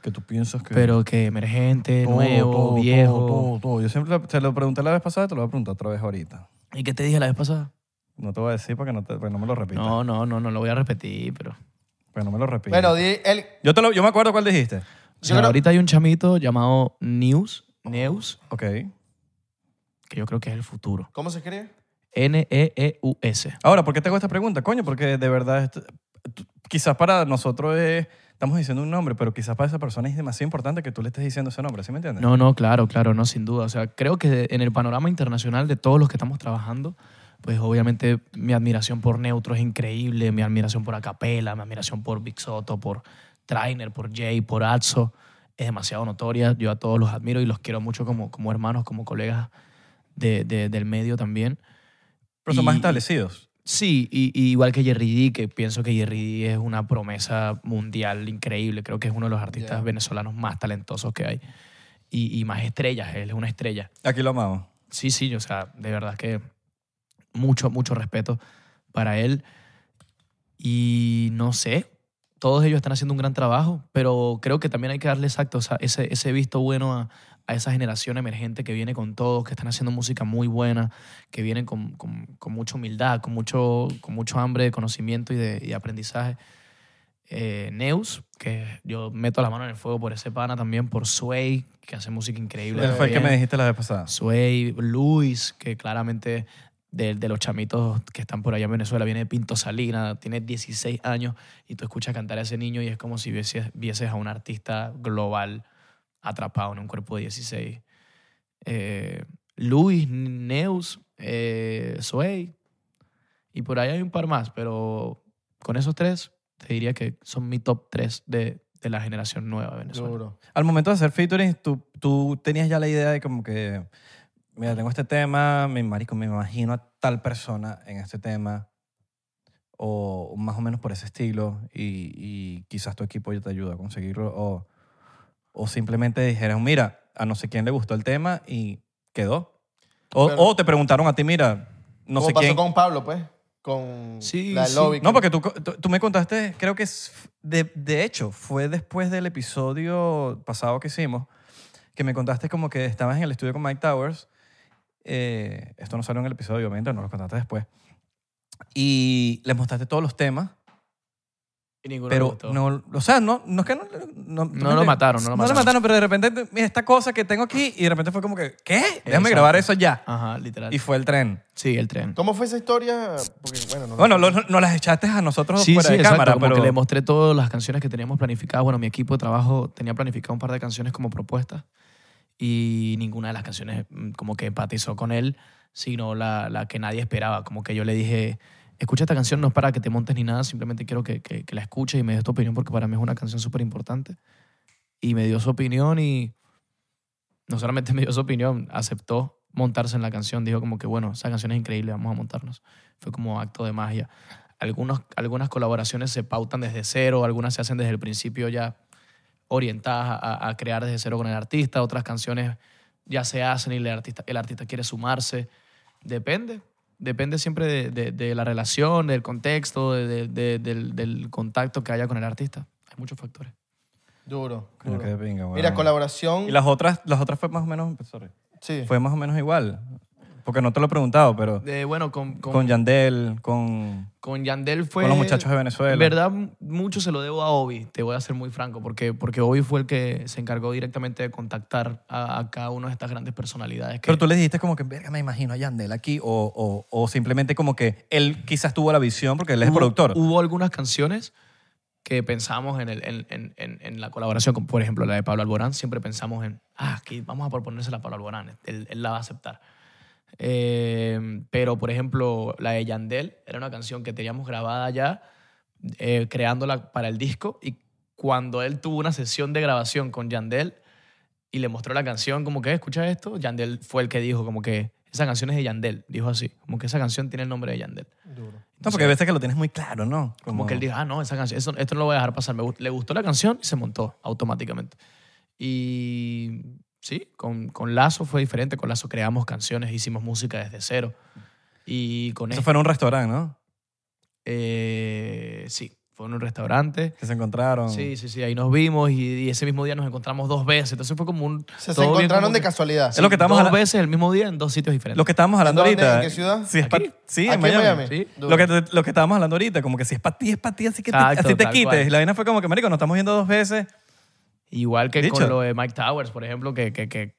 Que tú piensas que...
Pero que emergente,
Todo,
nuevo,
todo,
viejo.
Todo, todo, todo. Yo siempre te lo pregunté la vez pasada, te lo voy a preguntar otra vez ahorita.
¿Y qué te dije la vez pasada?
No te voy a decir para que no, te- para que no me lo repitas.
No, no, no, no lo voy a repetir, pero.
Para que no me lo repitas.
Bueno, di el.
yo, te lo- yo me acuerdo cuál dijiste.
O sea,
creo-
ahorita hay un chamito llamado News, Neus,
Ok.
que yo creo que es el futuro. E
¿Cómo se escribe?
N-E-E-U-S.
Ahora, ¿por qué te hago esta pregunta? Coño, porque de verdad, esto- tú- quizás para nosotros es- estamos diciendo un nombre, pero quizás para esa persona es demasiado importante que tú le estés diciendo ese nombre, ¿sí me entiendes?
No, no, claro, claro, no, sin duda. O sea, creo que en el panorama internacional de todos los que estamos trabajando, pues obviamente mi admiración por Neutro es increíble, mi admiración por Acapela, mi admiración por Big Soto, por Trainer, por Jay, por Atso, es demasiado notoria. Yo a todos los admiro y los quiero mucho como, como hermanos, como colegas de- de- del medio también.
Pero son más
Y-
establecidos.
Sí, y, y igual que Jerry D, que pienso que Jerry D es una promesa mundial increíble. Creo que es uno de los artistas
Ya.
venezolanos más talentosos que hay y, y más estrellas. Él es una estrella.
Aquí lo amamos.
Sí, sí, o sea, de verdad que mucho, mucho respeto para él. Y no sé, todos ellos están haciendo un gran trabajo, pero creo que también hay que darle exacto o sea, ese, ese visto bueno a, a esa generación emergente que viene con todos, que están haciendo música muy buena, que vienen con, con- con mucha humildad, con mucho, con mucho hambre de conocimiento y de y aprendizaje. Eh, Neus, que yo meto la mano en el fuego por ese pana también, por Sway, que hace música increíble.
Él fue el que
también.
me dijiste la vez pasada.
Sway, Luis, que claramente de, de los chamitos que están por allá en Venezuela, viene de Pinto Salina, tiene 16 años y tú escuchas cantar a ese niño y es como si vieses, vieses a un artista global atrapado en un cuerpo de 16. Eh, Luis, Neus, eh, Sway y por ahí hay un par más, pero con esos tres te diría que son mi top tres de, de la generación nueva de Venezuela.
Duro.
Al momento de hacer featuring, tú, tú tenías ya la idea de como que, mira, tengo este tema, mi marico, me imagino a tal persona en este tema, o más o menos por ese estilo, y, y quizás tu equipo ya te ayuda a conseguirlo, o, o simplemente dijeras, mira, a no sé quién le gustó el tema y quedó. O,
Pero-
o te preguntaron a ti, mira, no
¿Cómo
sé
pasó
quién.
con Pablo, pues? Con
Sí,
la del
sí.
lobby.
No, porque tú, co- tú, tú me contaste, creo que es- de, de hecho fue después del episodio pasado que hicimos, que me contaste como que estabas en el estudio con Mike Towers. eh, esto no salió en el episodio, obviamente, no lo contaste después. Y le mostraste todos los temas,
Y ninguno me
pero
gustó.
no, o sea, no, no es que no, no,
No lo mataron, no lo
No
mataron.
lo mataron, pero de repente, mira esta cosa que tengo aquí, y de repente fue como que, ¿qué? Déjame
Exacto.
grabar eso ya.
Ajá, literal.
Y fue el tren.
sí, el tren.
¿Cómo fue esa historia? Porque, bueno, no lo
Bueno,
sé.
lo- no, no las echaste a nosotros
Sí,
fuera
sí,
de
exacto,
cámara,
como
pero
que le mostré todas las canciones que teníamos planificadas. Bueno, mi equipo de trabajo tenía planificado un par de canciones como propuestas y ninguna de las canciones mm, como que empatizó con él, sino la, la que nadie esperaba. Como que yo le dije, escucha esta canción, no es para que te montes ni nada, simplemente quiero que, que- que la escuches y me des tu opinión porque para mí es una canción súper importante. Y me dio su opinión y no solamente (laughs) me dio su opinión, aceptó montarse en la canción. Dijo como que, bueno, esa canción es increíble, vamos a montarnos. Fue como acto de magia. Algunos, algunas colaboraciones se pautan desde cero, algunas se hacen desde el principio ya orientadas a, a crear desde cero con el artista, otras canciones ya se hacen y el artista, el artista quiere sumarse. Depende, depende siempre de, de- de la relación, del contexto, de- de- de- del, del contacto que haya con el artista. Hay muchos factores.
Duro.
Coño,
duro.
qué pinga,
Mira,
weón.
colaboración.
Y las otras, las otras fue más o menos, pues, sorry,
Sí.
fue más o menos igual. Porque no te lo he preguntado, pero
De, Eh, bueno, con, con,
con Yandel, con...
con Yandel fue...
con los muchachos de Venezuela.
En verdad, mucho se lo debo a Obi, te voy a ser muy franco, porque, porque Obi fue el que se encargó directamente de contactar a, a cada una de estas grandes personalidades. Que,
Pero tú le dijiste como que, verga, me imagino a Yandel aquí, o, o- o simplemente como que él quizás tuvo la visión porque él es
hubo-
productor.
Hubo algunas canciones que pensamos en, el- en- en- en- en la colaboración, con, por ejemplo, la de Pablo Alborán, siempre pensamos en, ah, aquí vamos a proponérsela a Pablo Alborán, este, él, él la va a aceptar. Eh, pero, por ejemplo, la de Yandel era una canción que teníamos grabada ya, eh, creándola para el disco, y cuando él tuvo una sesión de grabación con Yandel y le mostró la canción, como que, "Eh, escucha esto, Yandel fue el que dijo, como que, esa canción es de Yandel, dijo así, como que esa canción tiene el nombre de Yandel.
no, porque a veces que lo tienes muy claro, ¿no?
Como que él dijo, ah, no, esa canción, eso- esto no lo voy a dejar pasar. Me gust- le gustó la canción y se montó automáticamente. Y sí, con, con Lazo fue diferente. Con Lazo creamos canciones, hicimos música desde cero. Y con
Eso
esto,
fue en un restaurante, ¿no?
eh, sí, fue en un restaurante.
Que se encontraron.
Sí, sí, sí, ahí nos vimos y, y ese mismo día nos encontramos dos veces. Entonces fue como un...
Se, se
todo bien
encontraron
como
de
que-
casualidad.
Es lo que
dos
estamos habla-
veces el mismo día en dos sitios diferentes.
Lo que estábamos hablando
¿En dónde?
ahorita.
¿En qué ciudad?
Sí, es pa- sí,
Aquí
en Miami.
Sí.
Lo que, lo que estábamos hablando ahorita, como que si es para ti, es para ti, así que te-
Exacto,
así te
tal
quites.
cual.
Y la vaina fue como que, marico, nos estamos viendo dos veces.
Igual que
Dicho.
con lo de Mike Towers, por ejemplo, que, que, que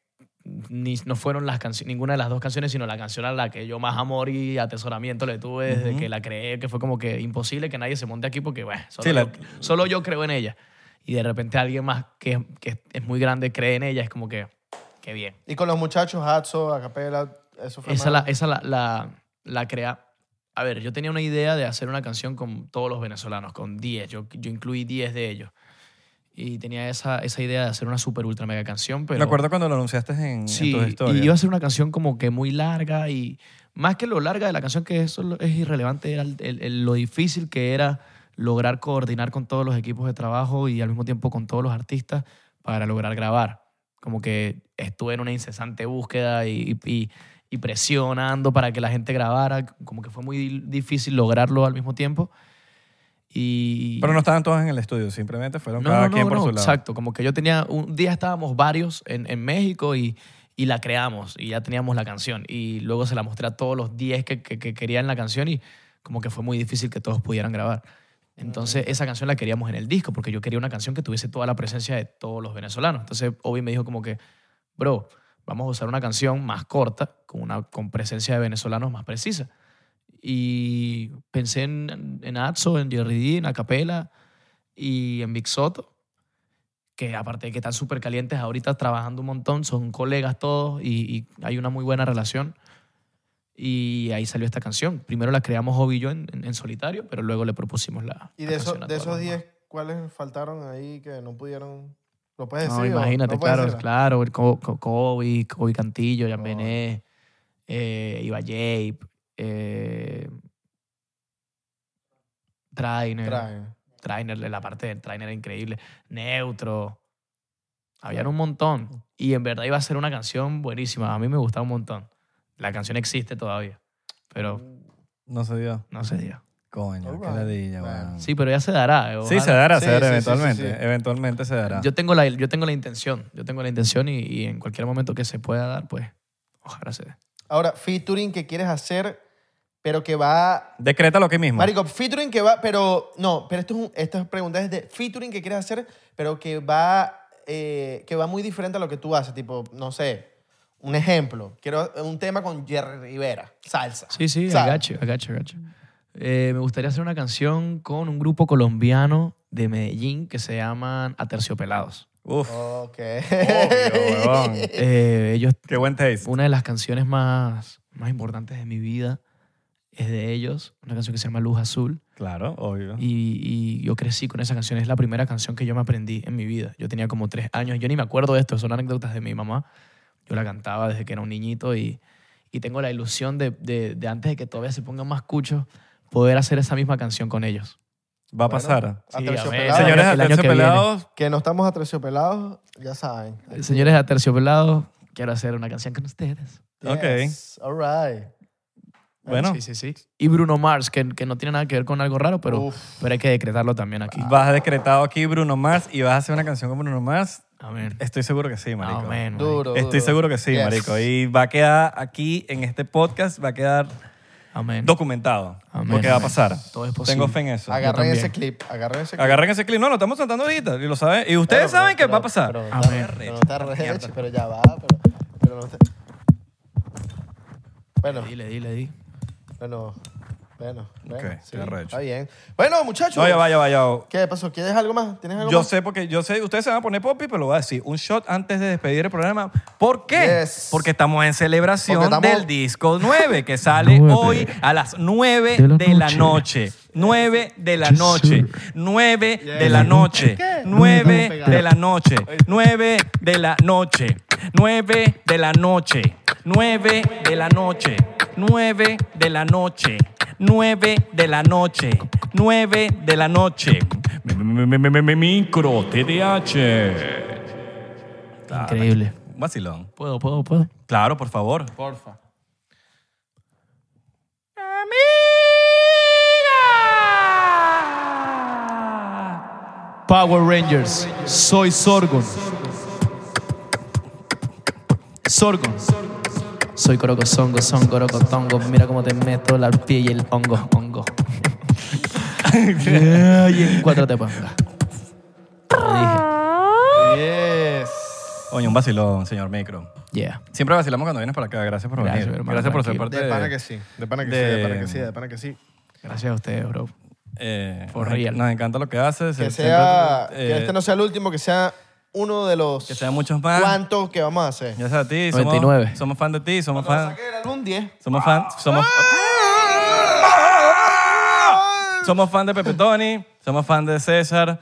ni, no fueron las cancio- ninguna de las dos canciones, sino la canción a la que yo más amor y atesoramiento le tuve desde que la creé, que fue como que imposible que nadie se monte aquí porque, bueno, solo,
Sí, la-
yo, solo yo creo en ella. Y de repente alguien más que, que es muy grande cree en ella, es como que, qué bien.
Y con los muchachos, Hatso, Acapela, eso fue
Esa, la,
más-
esa la, la, la crea. A ver, yo tenía una idea de hacer una canción con todos los venezolanos, con 10. Yo, yo incluí 10 de ellos. Y tenía esa, esa idea de hacer una super ultra mega canción, pero.
Me acuerdo cuando lo anunciaste en, en
Sí,
tus historias.
y iba a ser una canción como que muy larga y más que lo larga de la canción, que eso lo- es irrelevante, era el- el- el- lo difícil que era lograr coordinar con todos los equipos de trabajo y al mismo tiempo con todos los artistas para lograr grabar. Como que estuve en una incesante búsqueda y, y- y presionando para que la gente grabara, como que fue muy di- difícil lograrlo al mismo tiempo. Y
Pero no estaban todos en el estudio, simplemente fueron
no,
cada
no,
quien
no,
por
no,
su lado.
Exacto, como que yo tenía, un día estábamos varios en, en México y, y la creamos y ya teníamos la canción y luego se la mostré a todos los 10 que, que- que querían la canción y como que fue muy difícil que todos pudieran grabar. Entonces esa canción la queríamos en el disco porque yo quería una canción que tuviese toda la presencia de todos los venezolanos. Entonces Obi me dijo como que, bro, vamos a usar una canción más corta, con, una, con presencia de venezolanos más precisa. Y pensé en, en Atso, en Jerry D, en Acapela y en Big Soto, que aparte de que están súper calientes ahorita trabajando un montón, son colegas todos y, y hay una muy buena relación. Y ahí salió esta canción. Primero la creamos Obi y yo en, en- en solitario, pero luego le propusimos la.
Y
la
de, eso-
canción a
de
todos
esos
los demás.
10, ¿cuáles faltaron ahí que no pudieron? ¿Lo puedes
No,
decir? o
imagínate,
no puedes
claro,
decirla?
claro. el Co- Co- Kobe, Kobe Cantillo,
Oh.
Jan Benet, eh, Iba Jape, eh, Trainer.
Traen.
Trainer, la parte del trainer era increíble. Neutro. Habían un montón. Y en verdad iba a ser una canción buenísima. A mí me gustaba un montón. La canción existe todavía.
Mm.
Pero
No se dio.
no se dio.
Coño,
Alright.
qué ladilla,
Bueno.
weón.
Sí, pero ya se dará. eh,
Sí,
ojalá.
se dará,
Sí,
se
sí,
dará
sí, sí,
eventualmente.
sí.
Eventualmente se dará.
Yo tengo la, yo tengo la intención. Yo tengo la intención y, y en cualquier momento que se pueda dar, pues ojalá se dé.
Ahora, featuring que quieres hacer, pero que va...
Decrétalo aquí mismo.
Marico, featuring que va, pero... No, pero esto es un- esta pregunta es de featuring que quieres hacer, pero que va, eh, que va muy diferente a lo que tú haces. Tipo, no sé, un ejemplo. Quiero un tema con Jerry Rivera, salsa.
Sí, sí,
¿Sabes?
agacho, agacho, agacho.
Mm.
Eh, me gustaría hacer una canción con un grupo colombiano de Medellín que se llaman Aterciopelados.
Uf,
Ok. (laughs)
obvio,
(laughs)
huevón.
Eh, ellos
Qué buen taste.
Una de las canciones más, más importantes de mi vida es de ellos, una canción que se llama Luz Azul.
Claro, obvio.
Y, y yo crecí con esa canción, es la primera canción que yo me aprendí en mi vida. Yo tenía como tres años, yo ni me acuerdo de esto, son anécdotas de mi mamá. Yo la cantaba desde que era un niñito y, y tengo la ilusión de, de- de antes de que todavía se pongan más cuchos, poder hacer esa misma canción con ellos.
Va a pasar.
Sí,
Aterciopelados.
amén.
Señores,
el año que
atención pelados.
Que no estamos aterciopelados, ya saben.
Señores de Aterciopelados, quiero hacer una canción con ustedes.
Ok.
Yes, All right.
Bueno,
Sí, sí, sí. Y Bruno Mars, que, que no tiene nada que ver con algo raro, pero,
Uf.
Ah.
pero hay que decretarlo también aquí.
vas a decretado aquí Bruno Mars y vas a hacer una canción con Bruno Mars
Amén.
Estoy seguro que
Ah,
sí, marico.
Amén. marico.
Duro.
Estoy
duro.
seguro que sí,
Yes.
marico. Y va a quedar aquí en este podcast, va a quedar
Amén.
documentado
Amén.
lo que va a pasar.
Todo es posible.
Tengo fe en eso.
Agarren
Yo
ese
también.
clip. Agarren Pues ese clip.
Agarren ese clip. No, lo estamos sentando ahorita. Y lo saben. Y ustedes
Pero-
saben
pero-
que va a pasar.
Pero,
A
pero-
ver.
pero Ah, no está rehecho, pero ya va. Pero, pero no está- Bueno,
Dile, dile, dile.
bueno, bueno. bueno,
Ok, está rehecho.
Está bien. Bueno, muchachos.
No, ya va, ya va, ya va.
¿Qué pasó? ¿Quieres algo más? ¿Tienes algo
Yo
más?
sé, porque yo sé, ustedes se van a poner popi, pero lo voy a decir. Un shot antes de despedir el programa. ¿Por qué?
Yes.
Porque estamos en celebración
Porque estamos-
del disco 9, que sale
Nueve
hoy a las 9
de la
de la
noche.
noche. 9 de la
Yes,
noche.
sir.
9 de la noche. 9 de la noche. 9 de la noche. 9 de la noche. 9 de la noche. 9 de la noche. 9 de la noche. 9 de la noche.
Micro TDH.
Increíble.
Un vacilón.
Puedo, puedo, puedo.
Claro, por favor.
Porfa. Power Rangers. Soy Sorgon. Sorgon. Soy Coroco Songo, Son Coroco Tongo. Mira cómo te meto la pie y el hongo, (laughs) hongo. Yeah, y en cuatro te ponga. Lo
Oye, un vacilón, señor Micro.
dije. Yeah.
Siempre vacilamos cuando vienes para acá. Gracias por
Gracias,
venir.
hermano,
Gracias por ser
tranquilo.
parte
De pana
de-
que sí. De pana que
de-
sí. De pana que sí. De pana que sí.
Gracias a ustedes, bro.
eh,
For
nos,
real.
nos encanta lo que haces.
Que
Se-
sea.
siempre, eh,
Que este no sea el último, que sea uno de los.
que sean muchos más.
¿Cuántos que vamos a hacer?
Gracias a ti. somos-
99.
Somos, fan de ti. Somos fan.
Saqué Ah. el álbum 10.
Somos fan. Somos, somos fan de Pepe Tony. Somos fan de César.
De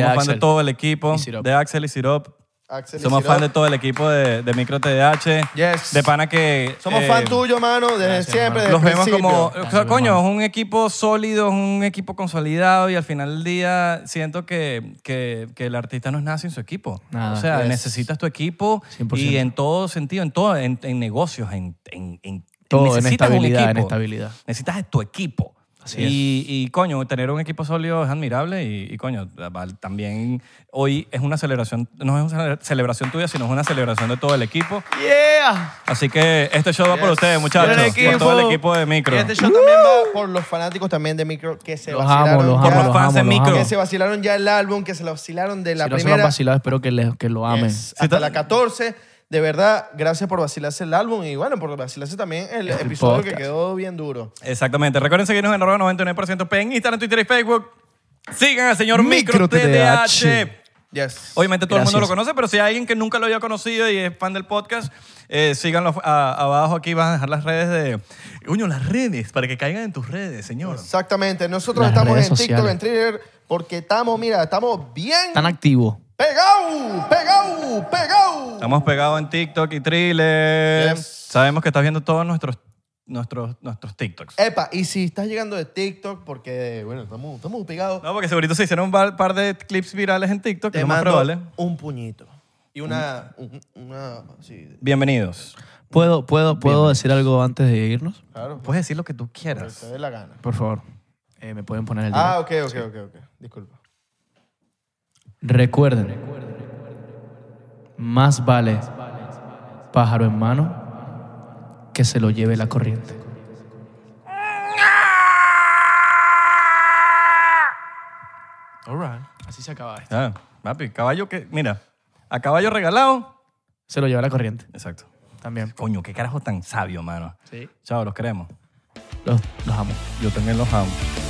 Somos fan de
Axel.
todo el equipo.
Y Sirop.
De Axel y Sirop.
Axel y
Somos
Sirop.
fan de todo el equipo de, de Micro TDH.
Yes.
De pana que.
Somos
eh,
fan tuyo, mano, desde siempre, desde
Los
el
vemos
principio.
como, o sea,
Gracias,
coño,
hermano.
es un equipo sólido, es un equipo consolidado y al final del día siento que, que- que el artista no es nada sin su equipo.
Nada.
o sea,
Yes.
necesitas tu equipo
100%.
y en todo sentido, en todo, en, en negocios, en, en, en-
Todo en
necesitas
estabilidad,
un
en
equipo.
estabilidad.
Necesitas tu equipo.
Así
y, y, coño, tener un equipo sólido es admirable y, y, coño, val- también hoy es una celebración, no es una celebración tuya, sino es una celebración de todo el equipo.
Yeah.
Así que este show va por
Yes.
ustedes, muchachos.
Por el
Por todo el
equipo.
equipo de micro.
Y este show también va por los fanáticos también de Micro que se
Los amo,
vacilaron
los
ya.
amo, los
fans
amo,
en
los
micro.
amo.
Que se vacilaron ya el álbum, que se lo vacilaron de la
si no se lo han
primera
vacilado, espero que, le- que lo amen.
yes, hasta la 14. De verdad, gracias por vacilarse el álbum y bueno, por vacilarse también el episodio
podcast.
que quedó bien duro.
Exactamente. Recuerden seguirnos en arroba 99% P en Instagram, Twitter y Facebook. Sigan al señor Micro
Micro
TDH.
TDH.
Yes.
Obviamente todo el mundo lo
Gracias.
conoce, pero si hay alguien que nunca lo había conocido y es fan del podcast, eh, síganlo a- abajo aquí. Van a dejar las redes de... Uño, las redes, para que caigan en tus redes, señor.
Exactamente. Nosotros
Las
estamos en
redes
TikTok,
sociales.
en Twitter, porque estamos, mira, estamos bien
Tan activo.
pegao, pegao, pegao.
Estamos pegados en TikTok y Thriller.
Yes.
Sabemos que estás viendo todos nuestros, nuestros, nuestros TikToks.
Epa, y si estás llegando de TikTok, porque bueno, estamos, estamos pegados,
No, porque segurito se hicieron un par par de clips virales en TikTok, que es
te
lo más
mando
probable.
un puñito. Y una, un- una, sí,
Bienvenidos.
¿Puedo, puedo, ¿puedo decir algo antes de irnos?
claro,
Puedes decir lo que tú
pues,
quieras.
te dé la gana.
Por favor. Eh, ¿Me pueden poner el
Ah,
dedo?
ok, ok, ok, ok, disculpa.
Recuerden. Más vale pájaro en mano que se lo lleve la corriente. Así se acaba esto.
Ah, papi, caballo que. Mira, a caballo regalado.
Se lo lleva la corriente
Exacto.
también.
Coño, qué carajo tan sabio, mano.
Sí.
Chao, los queremos.
Los, los amo.
Yo también los amo.